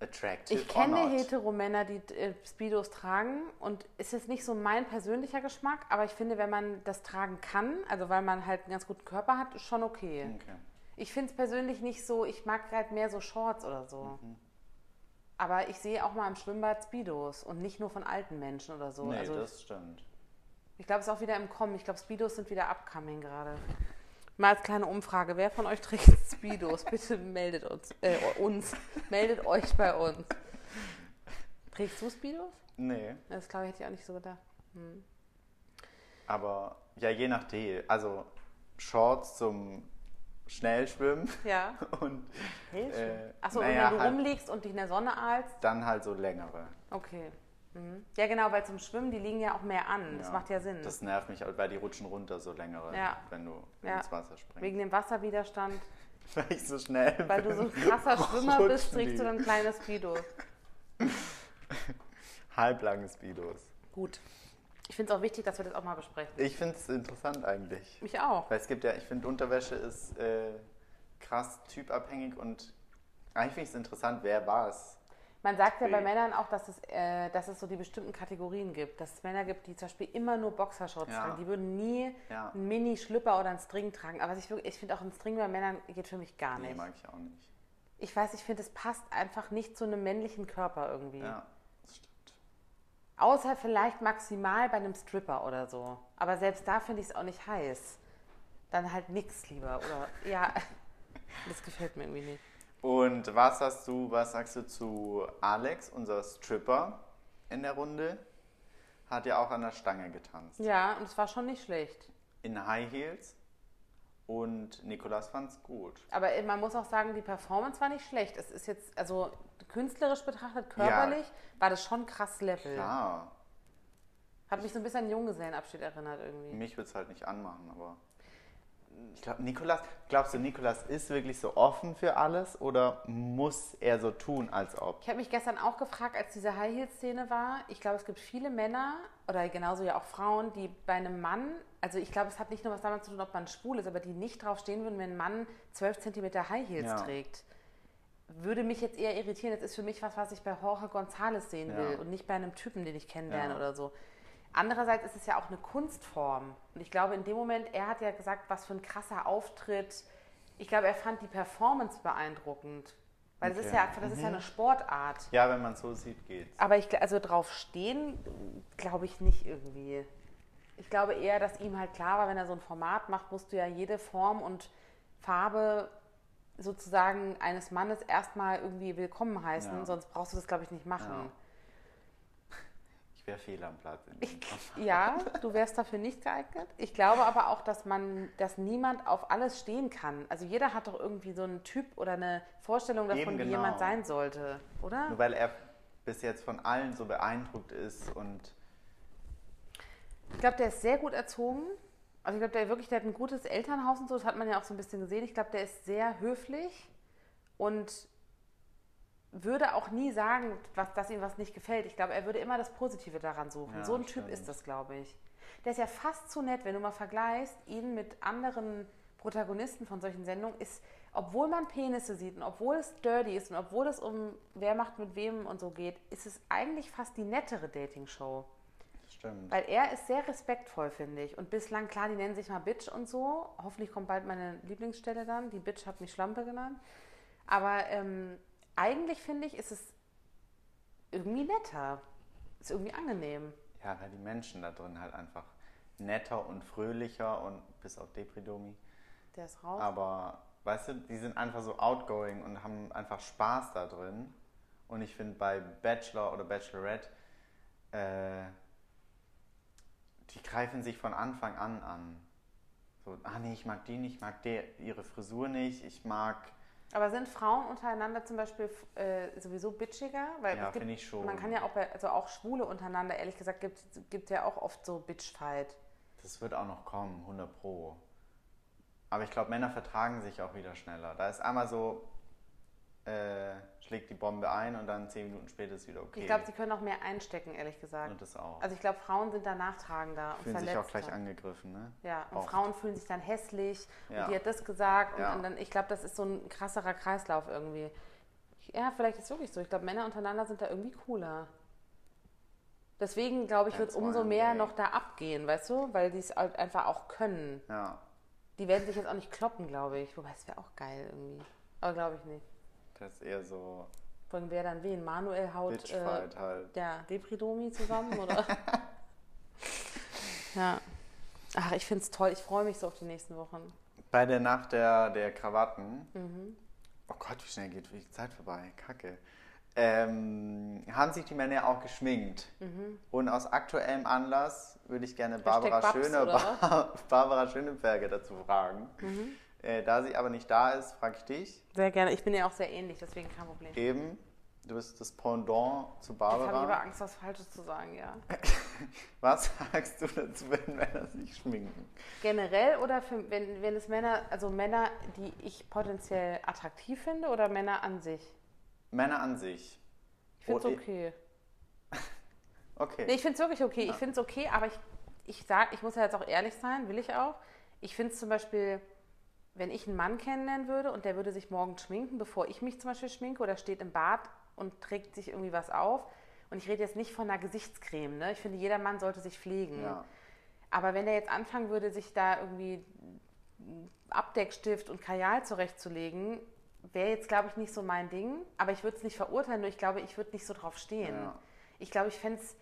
[SPEAKER 2] Attractive
[SPEAKER 1] Ich
[SPEAKER 2] or
[SPEAKER 1] kenne
[SPEAKER 2] not?
[SPEAKER 1] Heteromänner, die äh, Speedos tragen und ist jetzt nicht so mein persönlicher Geschmack, aber ich finde, wenn man das tragen kann, also weil man halt einen ganz guten Körper hat, ist schon okay.
[SPEAKER 2] Okay.
[SPEAKER 1] Ich finde es persönlich nicht so, ich mag halt mehr so Shorts oder so.
[SPEAKER 2] Mhm.
[SPEAKER 1] Aber ich sehe auch mal im Schwimmbad Speedos und nicht nur von alten Menschen oder so.
[SPEAKER 2] Nee,
[SPEAKER 1] also
[SPEAKER 2] das stimmt.
[SPEAKER 1] ich glaube, es ist auch wieder im Kommen. Ich glaube, Speedos sind wieder upcoming gerade. Mal als kleine Umfrage, wer von euch trägt Speedos? Bitte meldet uns, äh, uns, meldet euch bei uns. Trägst du Speedos?
[SPEAKER 2] Nee,
[SPEAKER 1] Das glaube ich, hätte ich auch nicht so gedacht.
[SPEAKER 2] aber ja, je nachdem. Also Shorts zum Schnellschwimmen
[SPEAKER 1] Ja.
[SPEAKER 2] und Äh,
[SPEAKER 1] Achso,
[SPEAKER 2] naja,
[SPEAKER 1] und wenn du
[SPEAKER 2] halt-
[SPEAKER 1] rumliegst und dich in der Sonne ahlst?
[SPEAKER 2] dann halt so längere.
[SPEAKER 1] Okay. Mhm. Ja, genau, weil zum Schwimmen, die liegen ja auch mehr an. Das
[SPEAKER 2] Ja.
[SPEAKER 1] macht ja Sinn.
[SPEAKER 2] Das nervt mich, halt, weil die rutschen runter so längere,
[SPEAKER 1] Ja.
[SPEAKER 2] wenn du
[SPEAKER 1] Ja.
[SPEAKER 2] ins Wasser springst.
[SPEAKER 1] Wegen dem Wasserwiderstand,
[SPEAKER 2] Weil ich so schnell
[SPEAKER 1] weil du
[SPEAKER 2] bin.
[SPEAKER 1] so ein krasser Schwimmer bist,
[SPEAKER 2] rutschen die.
[SPEAKER 1] trägst du dann ein kleines Speedo.
[SPEAKER 2] Halblange Speedos.
[SPEAKER 1] Gut. Ich finde es auch wichtig, dass wir das auch mal besprechen.
[SPEAKER 2] Ich finde es interessant eigentlich.
[SPEAKER 1] Mich auch.
[SPEAKER 2] Weil es gibt ja, ich finde Unterwäsche ist äh, krass typabhängig und eigentlich finde ich es interessant, wer war es.
[SPEAKER 1] Man sagt ja bei
[SPEAKER 2] Deswegen.
[SPEAKER 1] Männern auch, dass es, äh, dass es so die bestimmten Kategorien gibt. Dass es Männer gibt, die zum Beispiel immer nur Boxershorts
[SPEAKER 2] Ja.
[SPEAKER 1] tragen. Die würden nie
[SPEAKER 2] Ja.
[SPEAKER 1] einen Mini-Schlüpper oder einen String tragen. Aber was ich, wirklich- ich finde auch ein String bei Männern geht für mich gar
[SPEAKER 2] Nee,
[SPEAKER 1] nicht.
[SPEAKER 2] mag ich auch nicht.
[SPEAKER 1] ich weiß, ich finde, es passt einfach nicht zu einem männlichen Körper irgendwie.
[SPEAKER 2] Ja, das stimmt.
[SPEAKER 1] Außer vielleicht maximal bei einem Stripper oder so. Aber selbst da finde ich es auch nicht heiß. Dann halt nix lieber. Oder ja, das gefällt mir irgendwie nicht.
[SPEAKER 2] Und was hast du, was sagst du zu Alex, unser Stripper in der Runde? Hat ja auch an der Stange getanzt.
[SPEAKER 1] Ja, und es war schon nicht schlecht.
[SPEAKER 2] In High Heels. Und Nikolas fand's gut.
[SPEAKER 1] Aber man muss auch sagen, die Performance war nicht schlecht. Es ist jetzt, also künstlerisch betrachtet, körperlich, war das schon krass Level.
[SPEAKER 2] Klar,
[SPEAKER 1] Hat mich so ein bisschen an Junggesellenabschied erinnert irgendwie.
[SPEAKER 2] mich würde es halt nicht anmachen, aber. Ich glaube, Nikolas, glaubst du, Nikolas ist wirklich so offen für alles oder muss er so tun, als ob?
[SPEAKER 1] Ich habe mich gestern auch gefragt, als diese High Heel Szene war. Ich glaube, es gibt viele Männer oder genauso ja auch Frauen, die bei einem Mann, also ich glaube, es hat nicht nur was damit zu tun, ob man schwul ist, aber die nicht drauf stehen würden, wenn ein Mann 12 Zentimeter High Heels
[SPEAKER 2] Ja.
[SPEAKER 1] trägt. Würde mich jetzt eher irritieren. Das ist für mich was, was ich bei Jorge González sehen
[SPEAKER 2] Ja.
[SPEAKER 1] will und nicht bei einem Typen, den ich kennenlerne
[SPEAKER 2] Ja.
[SPEAKER 1] oder so. Andererseits ist es ja auch eine Kunstform. Und ich glaube, in dem Moment, er hat ja gesagt, was für ein krasser Auftritt. Ich glaube, er fand die Performance beeindruckend. Weil das, ist
[SPEAKER 2] Okay. Mhm.
[SPEAKER 1] ja, das ist ja eine Sportart.
[SPEAKER 2] Ja, wenn man es so sieht, geht's.
[SPEAKER 1] Aber ich, gl- also drauf stehen, glaube ich nicht irgendwie. Ich glaube eher, dass ihm halt klar war, wenn er so ein Format macht, musst du ja jede Form und Farbe sozusagen eines Mannes erstmal irgendwie willkommen heißen,
[SPEAKER 2] Ja.
[SPEAKER 1] sonst brauchst du das, glaube ich, nicht machen.
[SPEAKER 2] Ich wäre fehl am Platz. In dem Kopf.
[SPEAKER 1] Ja, du wärst dafür nicht geeignet. Ich glaube aber auch, dass man, dass niemand auf alles stehen kann. Also jeder hat doch irgendwie so einen Typ oder eine Vorstellung davon,
[SPEAKER 2] Eben,
[SPEAKER 1] wie
[SPEAKER 2] genau.
[SPEAKER 1] jemand sein sollte, oder?
[SPEAKER 2] Nur weil er bis jetzt von allen so beeindruckt ist und
[SPEAKER 1] Ich glaube, der ist sehr gut erzogen. Also ich glaube, der wirklich, der hat ein gutes Elternhaus und so, das hat man ja auch so ein bisschen gesehen. Ich glaube, der ist sehr höflich und würde auch nie sagen, was, dass ihm was nicht gefällt. Ich glaube, er würde immer das Positive daran suchen.
[SPEAKER 2] Ja,
[SPEAKER 1] so ein Typ
[SPEAKER 2] stimmt.
[SPEAKER 1] ist das, glaube ich. Der ist ja fast zu nett, wenn du mal vergleichst, ihn mit anderen Protagonisten von solchen Sendungen ist, obwohl man Penisse sieht und obwohl es dirty ist und obwohl es um wer macht mit wem und so geht, ist es eigentlich fast die nettere Dating-Show.
[SPEAKER 2] stimmt.
[SPEAKER 1] Weil er ist sehr respektvoll, finde ich. Und bislang, klar, die nennen sich mal Bitch und so. Hoffentlich kommt bald meine Lieblingsstelle dann. Die Bitch hat mich Schlampe genannt. Aber ähm, eigentlich, finde ich, ist es irgendwie netter. Ist irgendwie angenehm.
[SPEAKER 2] Ja, weil die Menschen da drin halt einfach netter und fröhlicher und bis auf Depridomi.
[SPEAKER 1] Der ist raus.
[SPEAKER 2] Aber weißt du, die sind einfach so outgoing und haben einfach Spaß da drin. Und ich finde bei Bachelor oder Bachelorette, äh, die greifen sich von Anfang an an. So, ah nee, ich mag die nicht, ich mag der, ihre Frisur nicht, ich mag,
[SPEAKER 1] Aber sind Frauen untereinander zum Beispiel f- äh, sowieso bitchiger? Weil
[SPEAKER 2] ja,
[SPEAKER 1] es gibt,
[SPEAKER 2] finde ich schon.
[SPEAKER 1] man kann ja auch bei, also auch Schwule untereinander, ehrlich gesagt, gibt es ja auch oft so Bitchfight.
[SPEAKER 2] Das wird auch noch kommen, 100 Pro. Aber ich glaube, Männer vertragen sich auch wieder schneller. Da ist einmal so, äh, schlägt die Bombe ein und dann 10 Minuten später ist wieder okay.
[SPEAKER 1] Ich glaube, sie können auch mehr einstecken, ehrlich gesagt.
[SPEAKER 2] und das auch.
[SPEAKER 1] Also ich glaube, Frauen sind da nachtragender und
[SPEAKER 2] Fühlen sich auch gleich
[SPEAKER 1] verletzter.
[SPEAKER 2] angegriffen, ne?
[SPEAKER 1] Ja, und
[SPEAKER 2] Oft.
[SPEAKER 1] Frauen fühlen sich dann hässlich
[SPEAKER 2] Ja.
[SPEAKER 1] und die hat das gesagt und,
[SPEAKER 2] Ja.
[SPEAKER 1] dann, ich glaube, das ist so ein krasserer Kreislauf irgendwie. Ja, vielleicht ist es wirklich so. Ich glaube, Männer untereinander sind da irgendwie cooler. Deswegen, glaube ich, wird
[SPEAKER 2] That's
[SPEAKER 1] umso
[SPEAKER 2] one
[SPEAKER 1] mehr
[SPEAKER 2] way.
[SPEAKER 1] noch da abgehen, weißt du? Weil die es halt einfach auch können.
[SPEAKER 2] Ja,
[SPEAKER 1] Die werden sich jetzt auch nicht kloppen, glaube ich. Wobei, es wäre auch geil irgendwie. Aber glaube ich nicht.
[SPEAKER 2] das ist eher so
[SPEAKER 1] Von wer dann wen? Manuel haut äh,
[SPEAKER 2] Bitchfight halt.
[SPEAKER 1] ja, Depridomi zusammen, oder? ja. Ach, ich finde es toll. Ich freue mich so auf die nächsten Wochen.
[SPEAKER 2] Bei der Nacht der, der Krawatten.
[SPEAKER 1] Mhm.
[SPEAKER 2] Oh Gott, wie schnell geht die Zeit vorbei. Kacke. Ähm, haben sich die Männer auch geschminkt. Und aus aktuellem Anlass würde ich gerne Barbara,
[SPEAKER 1] Mhm. Babs,
[SPEAKER 2] Schöne,
[SPEAKER 1] oder was? Mhm.
[SPEAKER 2] Bar Barbara Schöneberger dazu fragen. Äh, da sie aber nicht da ist, frage ich dich.
[SPEAKER 1] Sehr gerne. Ich bin ja auch sehr ähnlich, deswegen kein Problem. Jetzt
[SPEAKER 2] Eben, du bist das Pendant zu
[SPEAKER 1] habe ich aber
[SPEAKER 2] Barbara.
[SPEAKER 1] Angst, was Falsches zu sagen, ja.
[SPEAKER 2] Was sagst du dazu, wenn Männer sich schminken?
[SPEAKER 1] Generell oder für, wenn, wenn es Männer, also Männer, die ich potenziell attraktiv finde oder Männer an sich?
[SPEAKER 2] Männer an sich.
[SPEAKER 1] Ich finde
[SPEAKER 2] Oh,
[SPEAKER 1] es
[SPEAKER 2] ich-
[SPEAKER 1] okay.
[SPEAKER 2] Okay.
[SPEAKER 1] Nee, ich finde es wirklich okay. Ich finde es okay, aber ich, ich sage, ich muss ja jetzt auch ehrlich sein, will ich auch. Ich finde es zum Beispiel, wenn ich einen Mann kennenlernen würde und der würde sich morgen schminken, bevor ich mich zum Beispiel schminke oder steht im Bad und trägt sich irgendwie was auf. Und ich rede jetzt nicht von einer Gesichtscreme. Ne? Ich finde, jeder Mann sollte sich pflegen.
[SPEAKER 2] Ja.
[SPEAKER 1] Aber wenn er jetzt anfangen würde, sich da irgendwie Abdeckstift und Kajal zurechtzulegen, wäre jetzt, glaube ich, nicht so mein Ding. Aber ich würde es nicht verurteilen, nur ich glaube, ich würde nicht so drauf stehen.
[SPEAKER 2] Ja.
[SPEAKER 1] Ich glaube, ich fände es.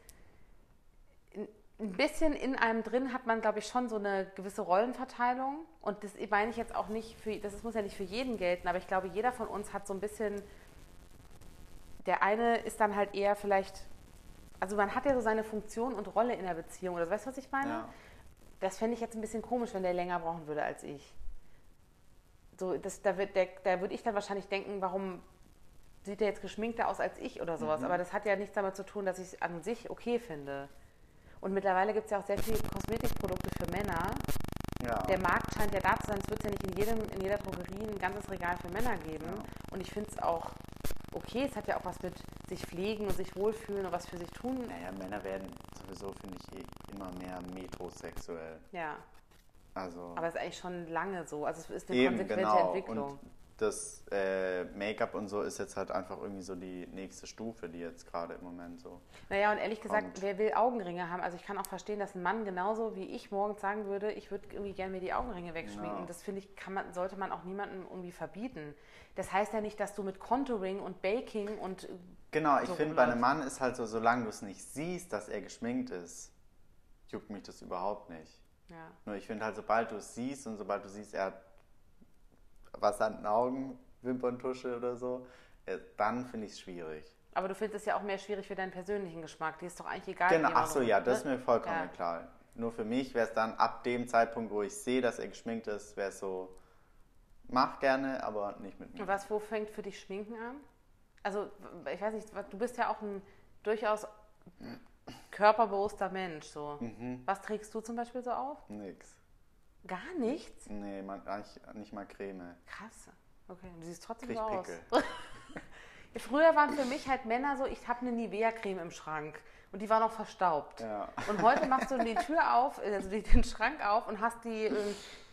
[SPEAKER 1] Ein bisschen in einem drin hat man, glaube ich, schon so eine gewisse Rollenverteilung. Und das meine ich jetzt auch nicht für, das muss ja nicht für jeden gelten, aber ich glaube, jeder von uns hat so ein bisschen. Der eine ist dann halt eher vielleicht. Also man hat ja so seine Funktion und Rolle in der Beziehung. Oder so. weißt du, was ich meine?
[SPEAKER 2] Ja.
[SPEAKER 1] Das fände ich jetzt ein bisschen komisch, wenn der länger brauchen würde als ich. So, das, da wird- der- da würde ich dann wahrscheinlich denken, warum sieht der jetzt geschminkter aus als ich oder
[SPEAKER 2] Mhm.
[SPEAKER 1] sowas. Aber das hat ja nichts damit zu tun, dass ich es an sich okay finde. Und mittlerweile gibt es ja auch sehr viele Kosmetikprodukte für Männer.
[SPEAKER 2] Ja.
[SPEAKER 1] Der Markt scheint ja da zu sein. Es wird ja nicht in, jedem, in jeder Drogerie ein ganzes Regal für Männer geben.
[SPEAKER 2] Ja.
[SPEAKER 1] Und ich finde es auch okay. Es hat ja auch was mit sich pflegen und sich wohlfühlen und was für sich tun.
[SPEAKER 2] Naja, Männer werden sowieso, finde ich, eh immer mehr metrosexuell.
[SPEAKER 1] Ja,
[SPEAKER 2] Also
[SPEAKER 1] aber es ist eigentlich schon lange so. Also es ist eine
[SPEAKER 2] eben
[SPEAKER 1] konsequente
[SPEAKER 2] genau.
[SPEAKER 1] Entwicklung.
[SPEAKER 2] Und das äh, Make-up und so ist jetzt halt einfach irgendwie so die nächste Stufe, die jetzt gerade im Moment so.
[SPEAKER 1] Naja, und ehrlich gesagt,
[SPEAKER 2] Und-
[SPEAKER 1] wer will Augenringe haben? Also ich kann auch verstehen, dass ein Mann genauso wie ich morgens sagen würde, ich würde irgendwie gerne mir die Augenringe wegschminken.
[SPEAKER 2] Ja.
[SPEAKER 1] Das finde ich, kann man, sollte man auch niemandem irgendwie verbieten. Das heißt ja nicht, dass du mit Contouring und Baking und
[SPEAKER 2] Genau, ich
[SPEAKER 1] So
[SPEAKER 2] finde, bei einem
[SPEAKER 1] rumläuft.
[SPEAKER 2] Mann ist halt so, solange du es nicht siehst, dass er geschminkt ist, juckt mich das überhaupt nicht.
[SPEAKER 1] ja,
[SPEAKER 2] Nur ich finde halt, sobald du es siehst und sobald du siehst, er hat was an den Augen, Wimperntusche oder so, äh, dann finde ich es schwierig.
[SPEAKER 1] aber du findest es ja auch mehr schwierig für deinen persönlichen Geschmack. Dir ist doch eigentlich egal.
[SPEAKER 2] Genau,
[SPEAKER 1] wie man
[SPEAKER 2] ach so,
[SPEAKER 1] so-
[SPEAKER 2] ja, das ist
[SPEAKER 1] ne?
[SPEAKER 2] mir vollkommen
[SPEAKER 1] Ja.
[SPEAKER 2] klar. Nur für mich wäre es dann ab dem Zeitpunkt, wo ich sehe, dass er geschminkt ist, wäre es so, mach gerne, aber nicht mit mir.
[SPEAKER 1] Und was, wo fängt für dich Schminken an? Also, w- ich weiß nicht, was- du bist ja auch ein durchaus körperbewusster Mensch. So.
[SPEAKER 2] Mhm.
[SPEAKER 1] Was trägst du zum Beispiel so auf?
[SPEAKER 2] Nix.
[SPEAKER 1] Gar nichts?
[SPEAKER 2] Nee, man, eigentlich nicht mal Creme.
[SPEAKER 1] Krass. Okay, du siehst trotzdem
[SPEAKER 2] Krieg
[SPEAKER 1] so aus.
[SPEAKER 2] Pickel.
[SPEAKER 1] Früher waren für mich halt Männer so, ich habe eine Nivea-Creme im Schrank und die war noch verstaubt.
[SPEAKER 2] Ja.
[SPEAKER 1] Und heute machst du die Tür auf, also die- den Schrank auf und hast die, ähm,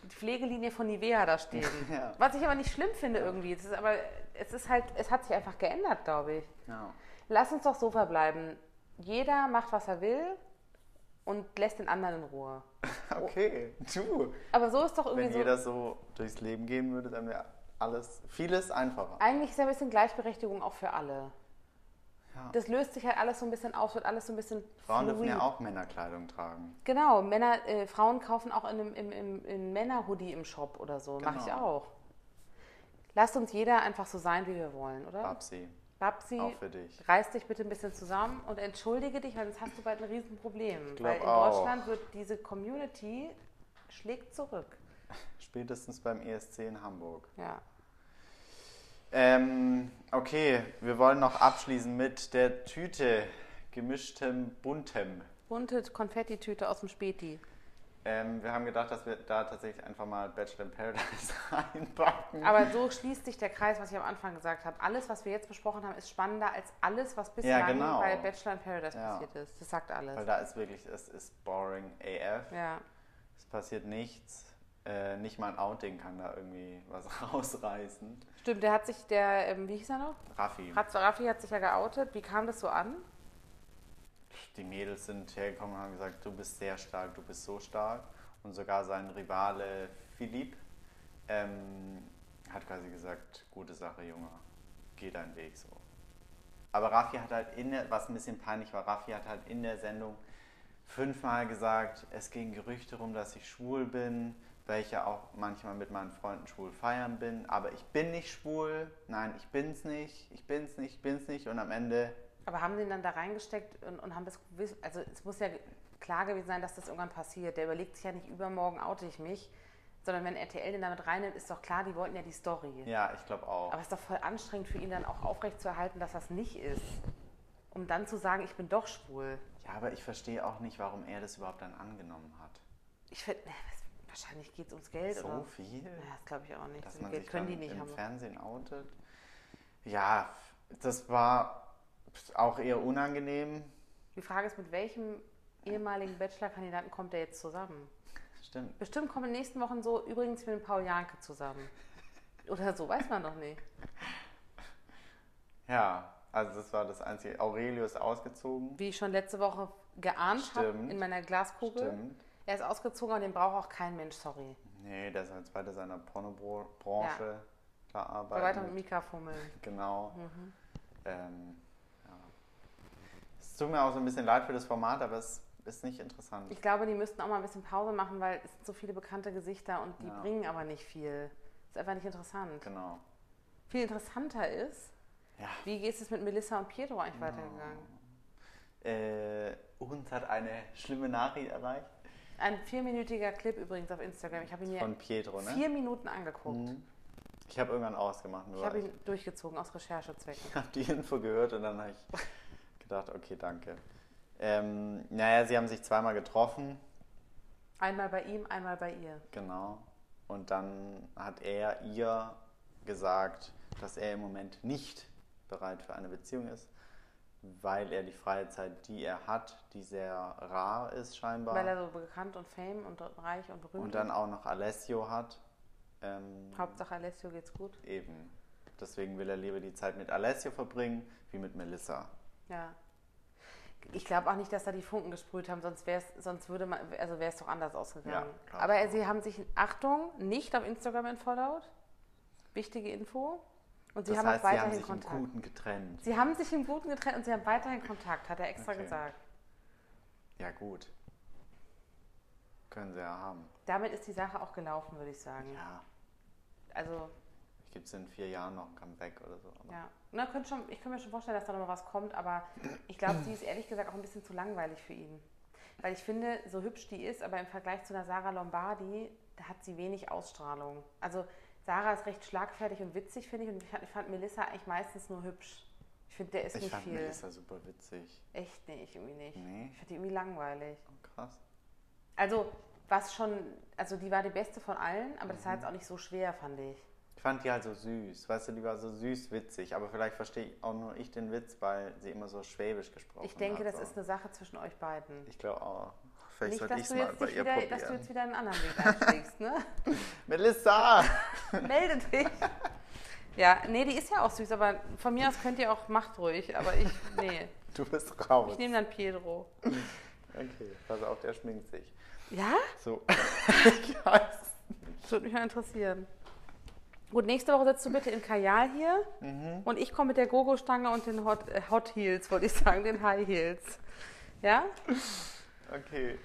[SPEAKER 1] die Pflegelinie von Nivea da stehen.
[SPEAKER 2] Ja.
[SPEAKER 1] Was ich aber nicht schlimm finde irgendwie. Es ist aber es ist halt, es hat sich einfach geändert, glaube ich.
[SPEAKER 2] Ja.
[SPEAKER 1] Lass uns doch so verbleiben. Jeder macht, was er will und lässt den anderen in Ruhe.
[SPEAKER 2] Okay, du.
[SPEAKER 1] Aber so ist doch irgendwie
[SPEAKER 2] Wenn
[SPEAKER 1] so.
[SPEAKER 2] jeder so durchs Leben gehen würde, dann wäre alles, vieles einfacher.
[SPEAKER 1] Eigentlich ist ja ein bisschen Gleichberechtigung auch für alle.
[SPEAKER 2] Ja.
[SPEAKER 1] Das löst sich halt alles so ein bisschen auf, wird alles so ein bisschen
[SPEAKER 2] Frauen dürfen ja
[SPEAKER 1] fluid.
[SPEAKER 2] auch Männerkleidung tragen.
[SPEAKER 1] Genau, Männer, äh, Frauen kaufen auch in einem im, im, in Männer-Hoodie im Shop oder so. Mache ich
[SPEAKER 2] Genau.
[SPEAKER 1] auch. Lasst uns jeder einfach so sein, wie wir wollen, oder?
[SPEAKER 2] Babsi,
[SPEAKER 1] Babsi,
[SPEAKER 2] auch für dich.
[SPEAKER 1] reiß dich bitte ein bisschen zusammen und entschuldige dich, weil sonst hast du bald ein Riesenproblem.
[SPEAKER 2] glaub
[SPEAKER 1] Weil in
[SPEAKER 2] auch.
[SPEAKER 1] Deutschland wird diese Community schlägt zurück.
[SPEAKER 2] Spätestens beim ESC in Hamburg.
[SPEAKER 1] Ja.
[SPEAKER 2] Ähm, okay, wir wollen noch abschließen mit der Tüte gemischtem Buntem.
[SPEAKER 1] Bunte Konfettitüte aus dem Späti.
[SPEAKER 2] Ähm, wir haben gedacht, dass wir da tatsächlich einfach mal Bachelor in Paradise reinpacken.
[SPEAKER 1] Aber so schließt sich der Kreis, was ich am Anfang gesagt habe. Alles, was wir jetzt besprochen haben, ist spannender als alles, was bislang
[SPEAKER 2] genau.
[SPEAKER 1] bei Bachelor in Paradise
[SPEAKER 2] Ja.
[SPEAKER 1] passiert ist. Das sagt
[SPEAKER 2] Weil
[SPEAKER 1] alles.
[SPEAKER 2] da ist wirklich, es ist boring AF.
[SPEAKER 1] Ja.
[SPEAKER 2] Es passiert nichts. Äh, nicht mal ein Outing kann da irgendwie was rausreißen.
[SPEAKER 1] Stimmt, der hat sich, der, ähm, wie hieß er noch?
[SPEAKER 2] Raffi,
[SPEAKER 1] Ratzo Raffi hat sich ja geoutet. Wie kam das so an?
[SPEAKER 2] die Mädels sind hergekommen und haben gesagt, du bist sehr stark, du bist so stark. Und sogar sein Rivale Philipp ähm, hat quasi gesagt, gute Sache, Junge, geh deinen Weg so. Aber Raffi hat halt in der, was ein bisschen peinlich war, Raffi hat halt in der Sendung fünfmal gesagt, es gehen Gerüchte rum, dass ich schwul bin, welche auch manchmal mit meinen Freunden schwul feiern bin, aber ich bin nicht schwul, nein, ich bin's nicht, ich bin's nicht, ich bin's nicht und am Ende
[SPEAKER 1] Aber haben den dann da reingesteckt und, und haben das gewiss- also es muss ja klar gewesen sein, dass das irgendwann passiert. Der überlegt sich ja nicht, übermorgen oute ich mich, sondern wenn RTL den damit reinnimmt, ist doch klar, die wollten ja die Story.
[SPEAKER 2] Ja, ich glaube auch.
[SPEAKER 1] Aber es ist doch voll anstrengend für ihn dann auch aufrechtzuerhalten, dass das nicht ist. Um dann zu sagen, ich bin doch schwul.
[SPEAKER 2] ja, aber ich verstehe auch nicht, warum er das überhaupt dann angenommen hat.
[SPEAKER 1] Ich finde, wahrscheinlich geht es ums Geld.
[SPEAKER 2] So
[SPEAKER 1] oder?
[SPEAKER 2] viel,
[SPEAKER 1] Ja, das glaube ich auch nicht.
[SPEAKER 2] dass
[SPEAKER 1] So viel
[SPEAKER 2] man
[SPEAKER 1] Geld
[SPEAKER 2] sich
[SPEAKER 1] können
[SPEAKER 2] dann
[SPEAKER 1] die nicht
[SPEAKER 2] im
[SPEAKER 1] haben.
[SPEAKER 2] Fernsehen outet. Ja, das war auch eher unangenehm.
[SPEAKER 1] Die Frage ist, mit welchem ehemaligen Bachelor-Kandidaten kommt der jetzt zusammen?
[SPEAKER 2] Stimmt.
[SPEAKER 1] Bestimmt kommen in den nächsten Wochen so übrigens mit dem Paul Janke zusammen. Oder so, weiß man doch nicht.
[SPEAKER 2] Ja, also das war das Einzige. Aurelio ist ausgezogen.
[SPEAKER 1] Wie ich schon letzte Woche geahnt habe
[SPEAKER 2] Stimmt.
[SPEAKER 1] in meiner Glaskugel.
[SPEAKER 2] Stimmt.
[SPEAKER 1] Er ist ausgezogen und den braucht auch kein Mensch, sorry.
[SPEAKER 2] Nee, der soll jetzt weiter seiner Pornobranche da
[SPEAKER 1] Aber weiter mit Mhm.
[SPEAKER 2] arbeiten.
[SPEAKER 1] Mika fummeln.
[SPEAKER 2] Genau. Ähm, ja. Es tut mir auch so ein bisschen leid für das Format, aber es ist nicht interessant.
[SPEAKER 1] Ich glaube, die müssten auch mal ein bisschen Pause machen, weil es sind so viele bekannte Gesichter und die
[SPEAKER 2] Ja.
[SPEAKER 1] bringen aber nicht viel. Ist einfach nicht interessant.
[SPEAKER 2] Genau.
[SPEAKER 1] Viel interessanter ist,
[SPEAKER 2] Ja.
[SPEAKER 1] wie ist es mit Melissa und Pietro eigentlich
[SPEAKER 2] Genau.
[SPEAKER 1] weitergegangen?
[SPEAKER 2] Äh, uns hat eine schlimme Nachricht erreicht
[SPEAKER 1] Ein vierminütiger Clip übrigens auf Instagram. Ich habe ihn mir
[SPEAKER 2] von Pietro, ne? Mhm.
[SPEAKER 1] vier Minuten angeguckt.
[SPEAKER 2] Ich habe irgendwann ausgemacht, nur
[SPEAKER 1] Ich habe
[SPEAKER 2] weil ich
[SPEAKER 1] ihn durchgezogen aus Recherchezwecken.
[SPEAKER 2] habe die Info gehört und dann habe ich gedacht, okay, danke. Ähm, naja, sie haben sich zweimal getroffen,
[SPEAKER 1] Einmal bei ihm, einmal bei ihr.
[SPEAKER 2] genau. Und dann hat er ihr gesagt, dass er im Moment nicht bereit für eine Beziehung ist, weil er die freie Zeit, die er hat, die sehr rar ist scheinbar.
[SPEAKER 1] Weil er so bekannt und fame und reich und berühmt
[SPEAKER 2] und dann auch noch Alessio hat. Ähm,
[SPEAKER 1] ist. Hauptsache Alessio geht's gut.
[SPEAKER 2] Eben. Deswegen will er lieber die Zeit mit Alessio verbringen, wie mit Melissa.
[SPEAKER 1] Ja. Ich glaube auch nicht, dass da die Funken gesprüht haben, sonst wäre es sonst würde man also wäre es doch anders ausgegangen.
[SPEAKER 2] Ja, glaub
[SPEAKER 1] Aber
[SPEAKER 2] ich auch.
[SPEAKER 1] sie haben sich Achtung nicht auf Instagram entfollowt. Wichtige Info. Und sie
[SPEAKER 2] das
[SPEAKER 1] haben
[SPEAKER 2] heißt,
[SPEAKER 1] auch
[SPEAKER 2] sie haben
[SPEAKER 1] weiterhin
[SPEAKER 2] sich
[SPEAKER 1] Kontakt.
[SPEAKER 2] im Guten getrennt.
[SPEAKER 1] Sie haben sich im Guten getrennt und sie haben weiterhin Kontakt, hat er extra
[SPEAKER 2] Okay.
[SPEAKER 1] gesagt.
[SPEAKER 2] Ja, gut. Können sie ja haben.
[SPEAKER 1] Damit ist die Sache auch gelaufen, würde ich sagen.
[SPEAKER 2] Ja.
[SPEAKER 1] Also,
[SPEAKER 2] Gibt es in vier Jahren noch ein Comeback oder so. Aber
[SPEAKER 1] ja. Na, könnt schon, ich kann mir schon vorstellen, dass da nochmal was kommt, aber ich glaube, sie ist ehrlich gesagt auch ein bisschen zu langweilig für ihn. Weil ich finde, so hübsch die ist, aber im Vergleich zu einer Sarah Lombardi, da hat sie wenig Ausstrahlung. Also, Sarah ist recht schlagfertig und witzig, finde ich, und ich fand- ich fand Melissa eigentlich meistens nur hübsch. Ich finde, der ist
[SPEAKER 2] ich
[SPEAKER 1] nicht
[SPEAKER 2] fand
[SPEAKER 1] viel.
[SPEAKER 2] Melissa super witzig.
[SPEAKER 1] Echt nicht, irgendwie nicht.
[SPEAKER 2] Nee.
[SPEAKER 1] Ich fand die irgendwie langweilig.
[SPEAKER 2] Oh, krass.
[SPEAKER 1] Also, was schon, also die war die beste von allen, aber das
[SPEAKER 2] Mhm.
[SPEAKER 1] war jetzt auch nicht so schwer, fand ich.
[SPEAKER 2] Ich fand die halt so süß. Weißt du, die war so süß witzig. Aber vielleicht verstehe auch nur ich den Witz, weil sie immer so schwäbisch gesprochen hat.
[SPEAKER 1] Ich denke, das
[SPEAKER 2] so.
[SPEAKER 1] ist eine Sache zwischen euch beiden.
[SPEAKER 2] Ich glaube auch. Vielleicht
[SPEAKER 1] Nicht,
[SPEAKER 2] sollte ich
[SPEAKER 1] dass
[SPEAKER 2] es
[SPEAKER 1] du,
[SPEAKER 2] mal
[SPEAKER 1] jetzt
[SPEAKER 2] bei
[SPEAKER 1] dich
[SPEAKER 2] ihr
[SPEAKER 1] wieder, dass du
[SPEAKER 2] probieren.
[SPEAKER 1] jetzt wieder einen anderen Weg einschlägst, ne?
[SPEAKER 2] Melissa!
[SPEAKER 1] Melde dich. Ja, nee, die ist ja auch süß, aber von mir aus könnt ihr auch, macht ruhig, aber ich, nee.
[SPEAKER 2] Du bist raus.
[SPEAKER 1] Ich nehme dann Pedro.
[SPEAKER 2] Okay, pass auf, der schminkt sich.
[SPEAKER 1] Ja?
[SPEAKER 2] So. ich weiß.
[SPEAKER 1] Das würde mich mal interessieren. Gut, nächste Woche sitzt du bitte in Kajal hier
[SPEAKER 2] Mhm.
[SPEAKER 1] und ich komme mit der Gogo-Stange und den Hot, äh, Hot Heels, wollte ich sagen, den High Heels. Ja?
[SPEAKER 2] Okay.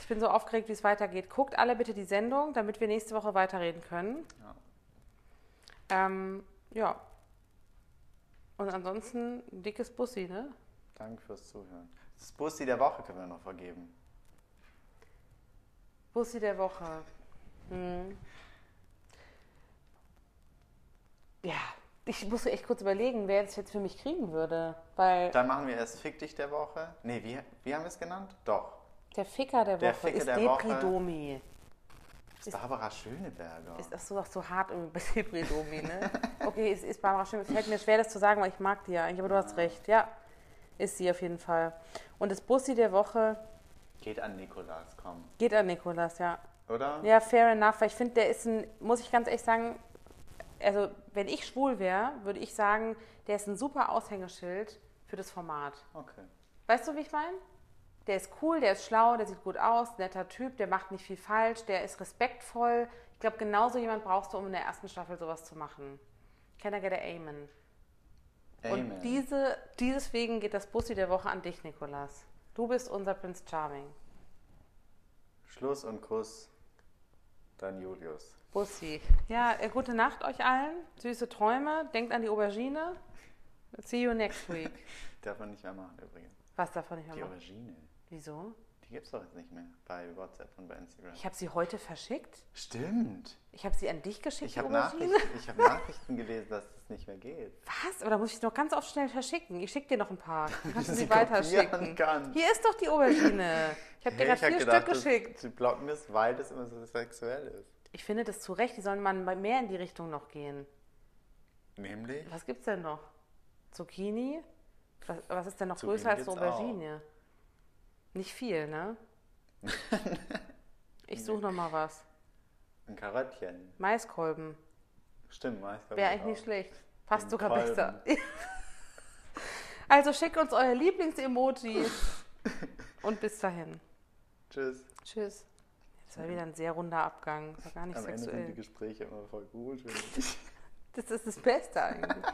[SPEAKER 1] Ich bin so aufgeregt, wie es weitergeht. Guckt alle bitte die Sendung, damit wir nächste Woche weiterreden können.
[SPEAKER 2] Ja.
[SPEAKER 1] Ähm, ja. Und ansonsten dickes Bussi, ne?
[SPEAKER 2] Danke fürs Zuhören. Das Bussi der Woche können wir noch vergeben.
[SPEAKER 1] Bussi der Woche. Hm. Ja, ich musste echt kurz überlegen, wer es jetzt für mich kriegen würde. Weil
[SPEAKER 2] Dann machen wir erst Fick dich der Woche. Nee, wie, wie haben wir es genannt? Doch.
[SPEAKER 1] der Ficker der Woche
[SPEAKER 2] Der Ficker
[SPEAKER 1] ist
[SPEAKER 2] der Woche.
[SPEAKER 1] Depridomi.
[SPEAKER 2] Das ist Barbara Schöneberger.
[SPEAKER 1] Ist das so, auch so hart irgendwie bei Depridomi, ne? Okay, es ist Barbara Schön. Fällt mir schwer, das zu sagen, weil ich mag die ja eigentlich, aber du hast recht. Ja, ist sie auf jeden Fall. Und das Bussi der Woche
[SPEAKER 2] Geht an Nikolas, komm.
[SPEAKER 1] geht an Nikolas, ja.
[SPEAKER 2] Oder?
[SPEAKER 1] Ja, fair enough, weil ich finde, der ist ein, muss ich ganz ehrlich sagen, also wenn ich schwul wäre, würde ich sagen, der ist ein super Aushängeschild für das Format.
[SPEAKER 2] Okay.
[SPEAKER 1] Weißt du, wie ich meine? Der ist cool, der ist schlau, der sieht gut aus, netter Typ, der macht nicht viel falsch, der ist respektvoll. Ich glaube, genauso jemand brauchst du, um in der ersten Staffel sowas zu machen. Can I get a Amen?
[SPEAKER 2] Amen.
[SPEAKER 1] Und diese, dieses wegen geht das Bussi der Woche an dich, Nikolas. Du bist unser Prinz Charming.
[SPEAKER 2] Schluss und Kuss. Dann Julius.
[SPEAKER 1] Bussi. Ja, äh, gute Nacht euch allen. Süße Träume. Denkt an die Aubergine. See you next week.
[SPEAKER 2] Darf man nicht mehr machen übrigens.
[SPEAKER 1] Was davon ich
[SPEAKER 2] Die
[SPEAKER 1] mache.
[SPEAKER 2] Aubergine.
[SPEAKER 1] Wieso?
[SPEAKER 2] Die gibt's doch jetzt nicht mehr. Bei WhatsApp und bei Instagram.
[SPEAKER 1] Ich habe sie heute verschickt.
[SPEAKER 2] Stimmt.
[SPEAKER 1] Ich habe sie an dich geschickt,
[SPEAKER 2] Ich
[SPEAKER 1] die
[SPEAKER 2] habe
[SPEAKER 1] Aubergine.
[SPEAKER 2] Nachrichten, ich hab Nachrichten gelesen, dass das nicht mehr geht.
[SPEAKER 1] Was? Aber da muss ich noch ganz oft schnell verschicken. Ich schicke dir noch ein paar. Dann kannst du
[SPEAKER 2] sie
[SPEAKER 1] sie weiter
[SPEAKER 2] kopieren
[SPEAKER 1] schicken.
[SPEAKER 2] kann.
[SPEAKER 1] Hier ist doch die Aubergine. Ich habe dir gerade
[SPEAKER 2] Hey, ich hab
[SPEAKER 1] vier
[SPEAKER 2] gedacht,
[SPEAKER 1] Stück geschickt.
[SPEAKER 2] Das, die blocken ist, weil das immer so sexuell ist.
[SPEAKER 1] Ich finde das zu Recht. Die sollen mal mehr in die Richtung noch gehen.
[SPEAKER 2] Nämlich?
[SPEAKER 1] Was gibt's denn noch? Zucchini? Was, was ist denn noch
[SPEAKER 2] Zucchini
[SPEAKER 1] größer als eine
[SPEAKER 2] gibt's auch.
[SPEAKER 1] Aubergine? Nicht viel, ne? ich suche noch mal was.
[SPEAKER 2] Ein Karöttchen.
[SPEAKER 1] Maiskolben.
[SPEAKER 2] Stimmt, meist
[SPEAKER 1] Wäre eigentlich nicht schlecht. Passt
[SPEAKER 2] Den
[SPEAKER 1] sogar
[SPEAKER 2] Kolben.
[SPEAKER 1] besser. also schickt uns euer Lieblingsemoji. Und bis dahin.
[SPEAKER 2] Tschüss.
[SPEAKER 1] Tschüss. Das war wieder ein sehr runder Abgang. Das war gar nicht
[SPEAKER 2] Am Ende sind die
[SPEAKER 1] sexuell.
[SPEAKER 2] Gespräche immer voll gut. finde ich.
[SPEAKER 1] Das ist das Beste eigentlich.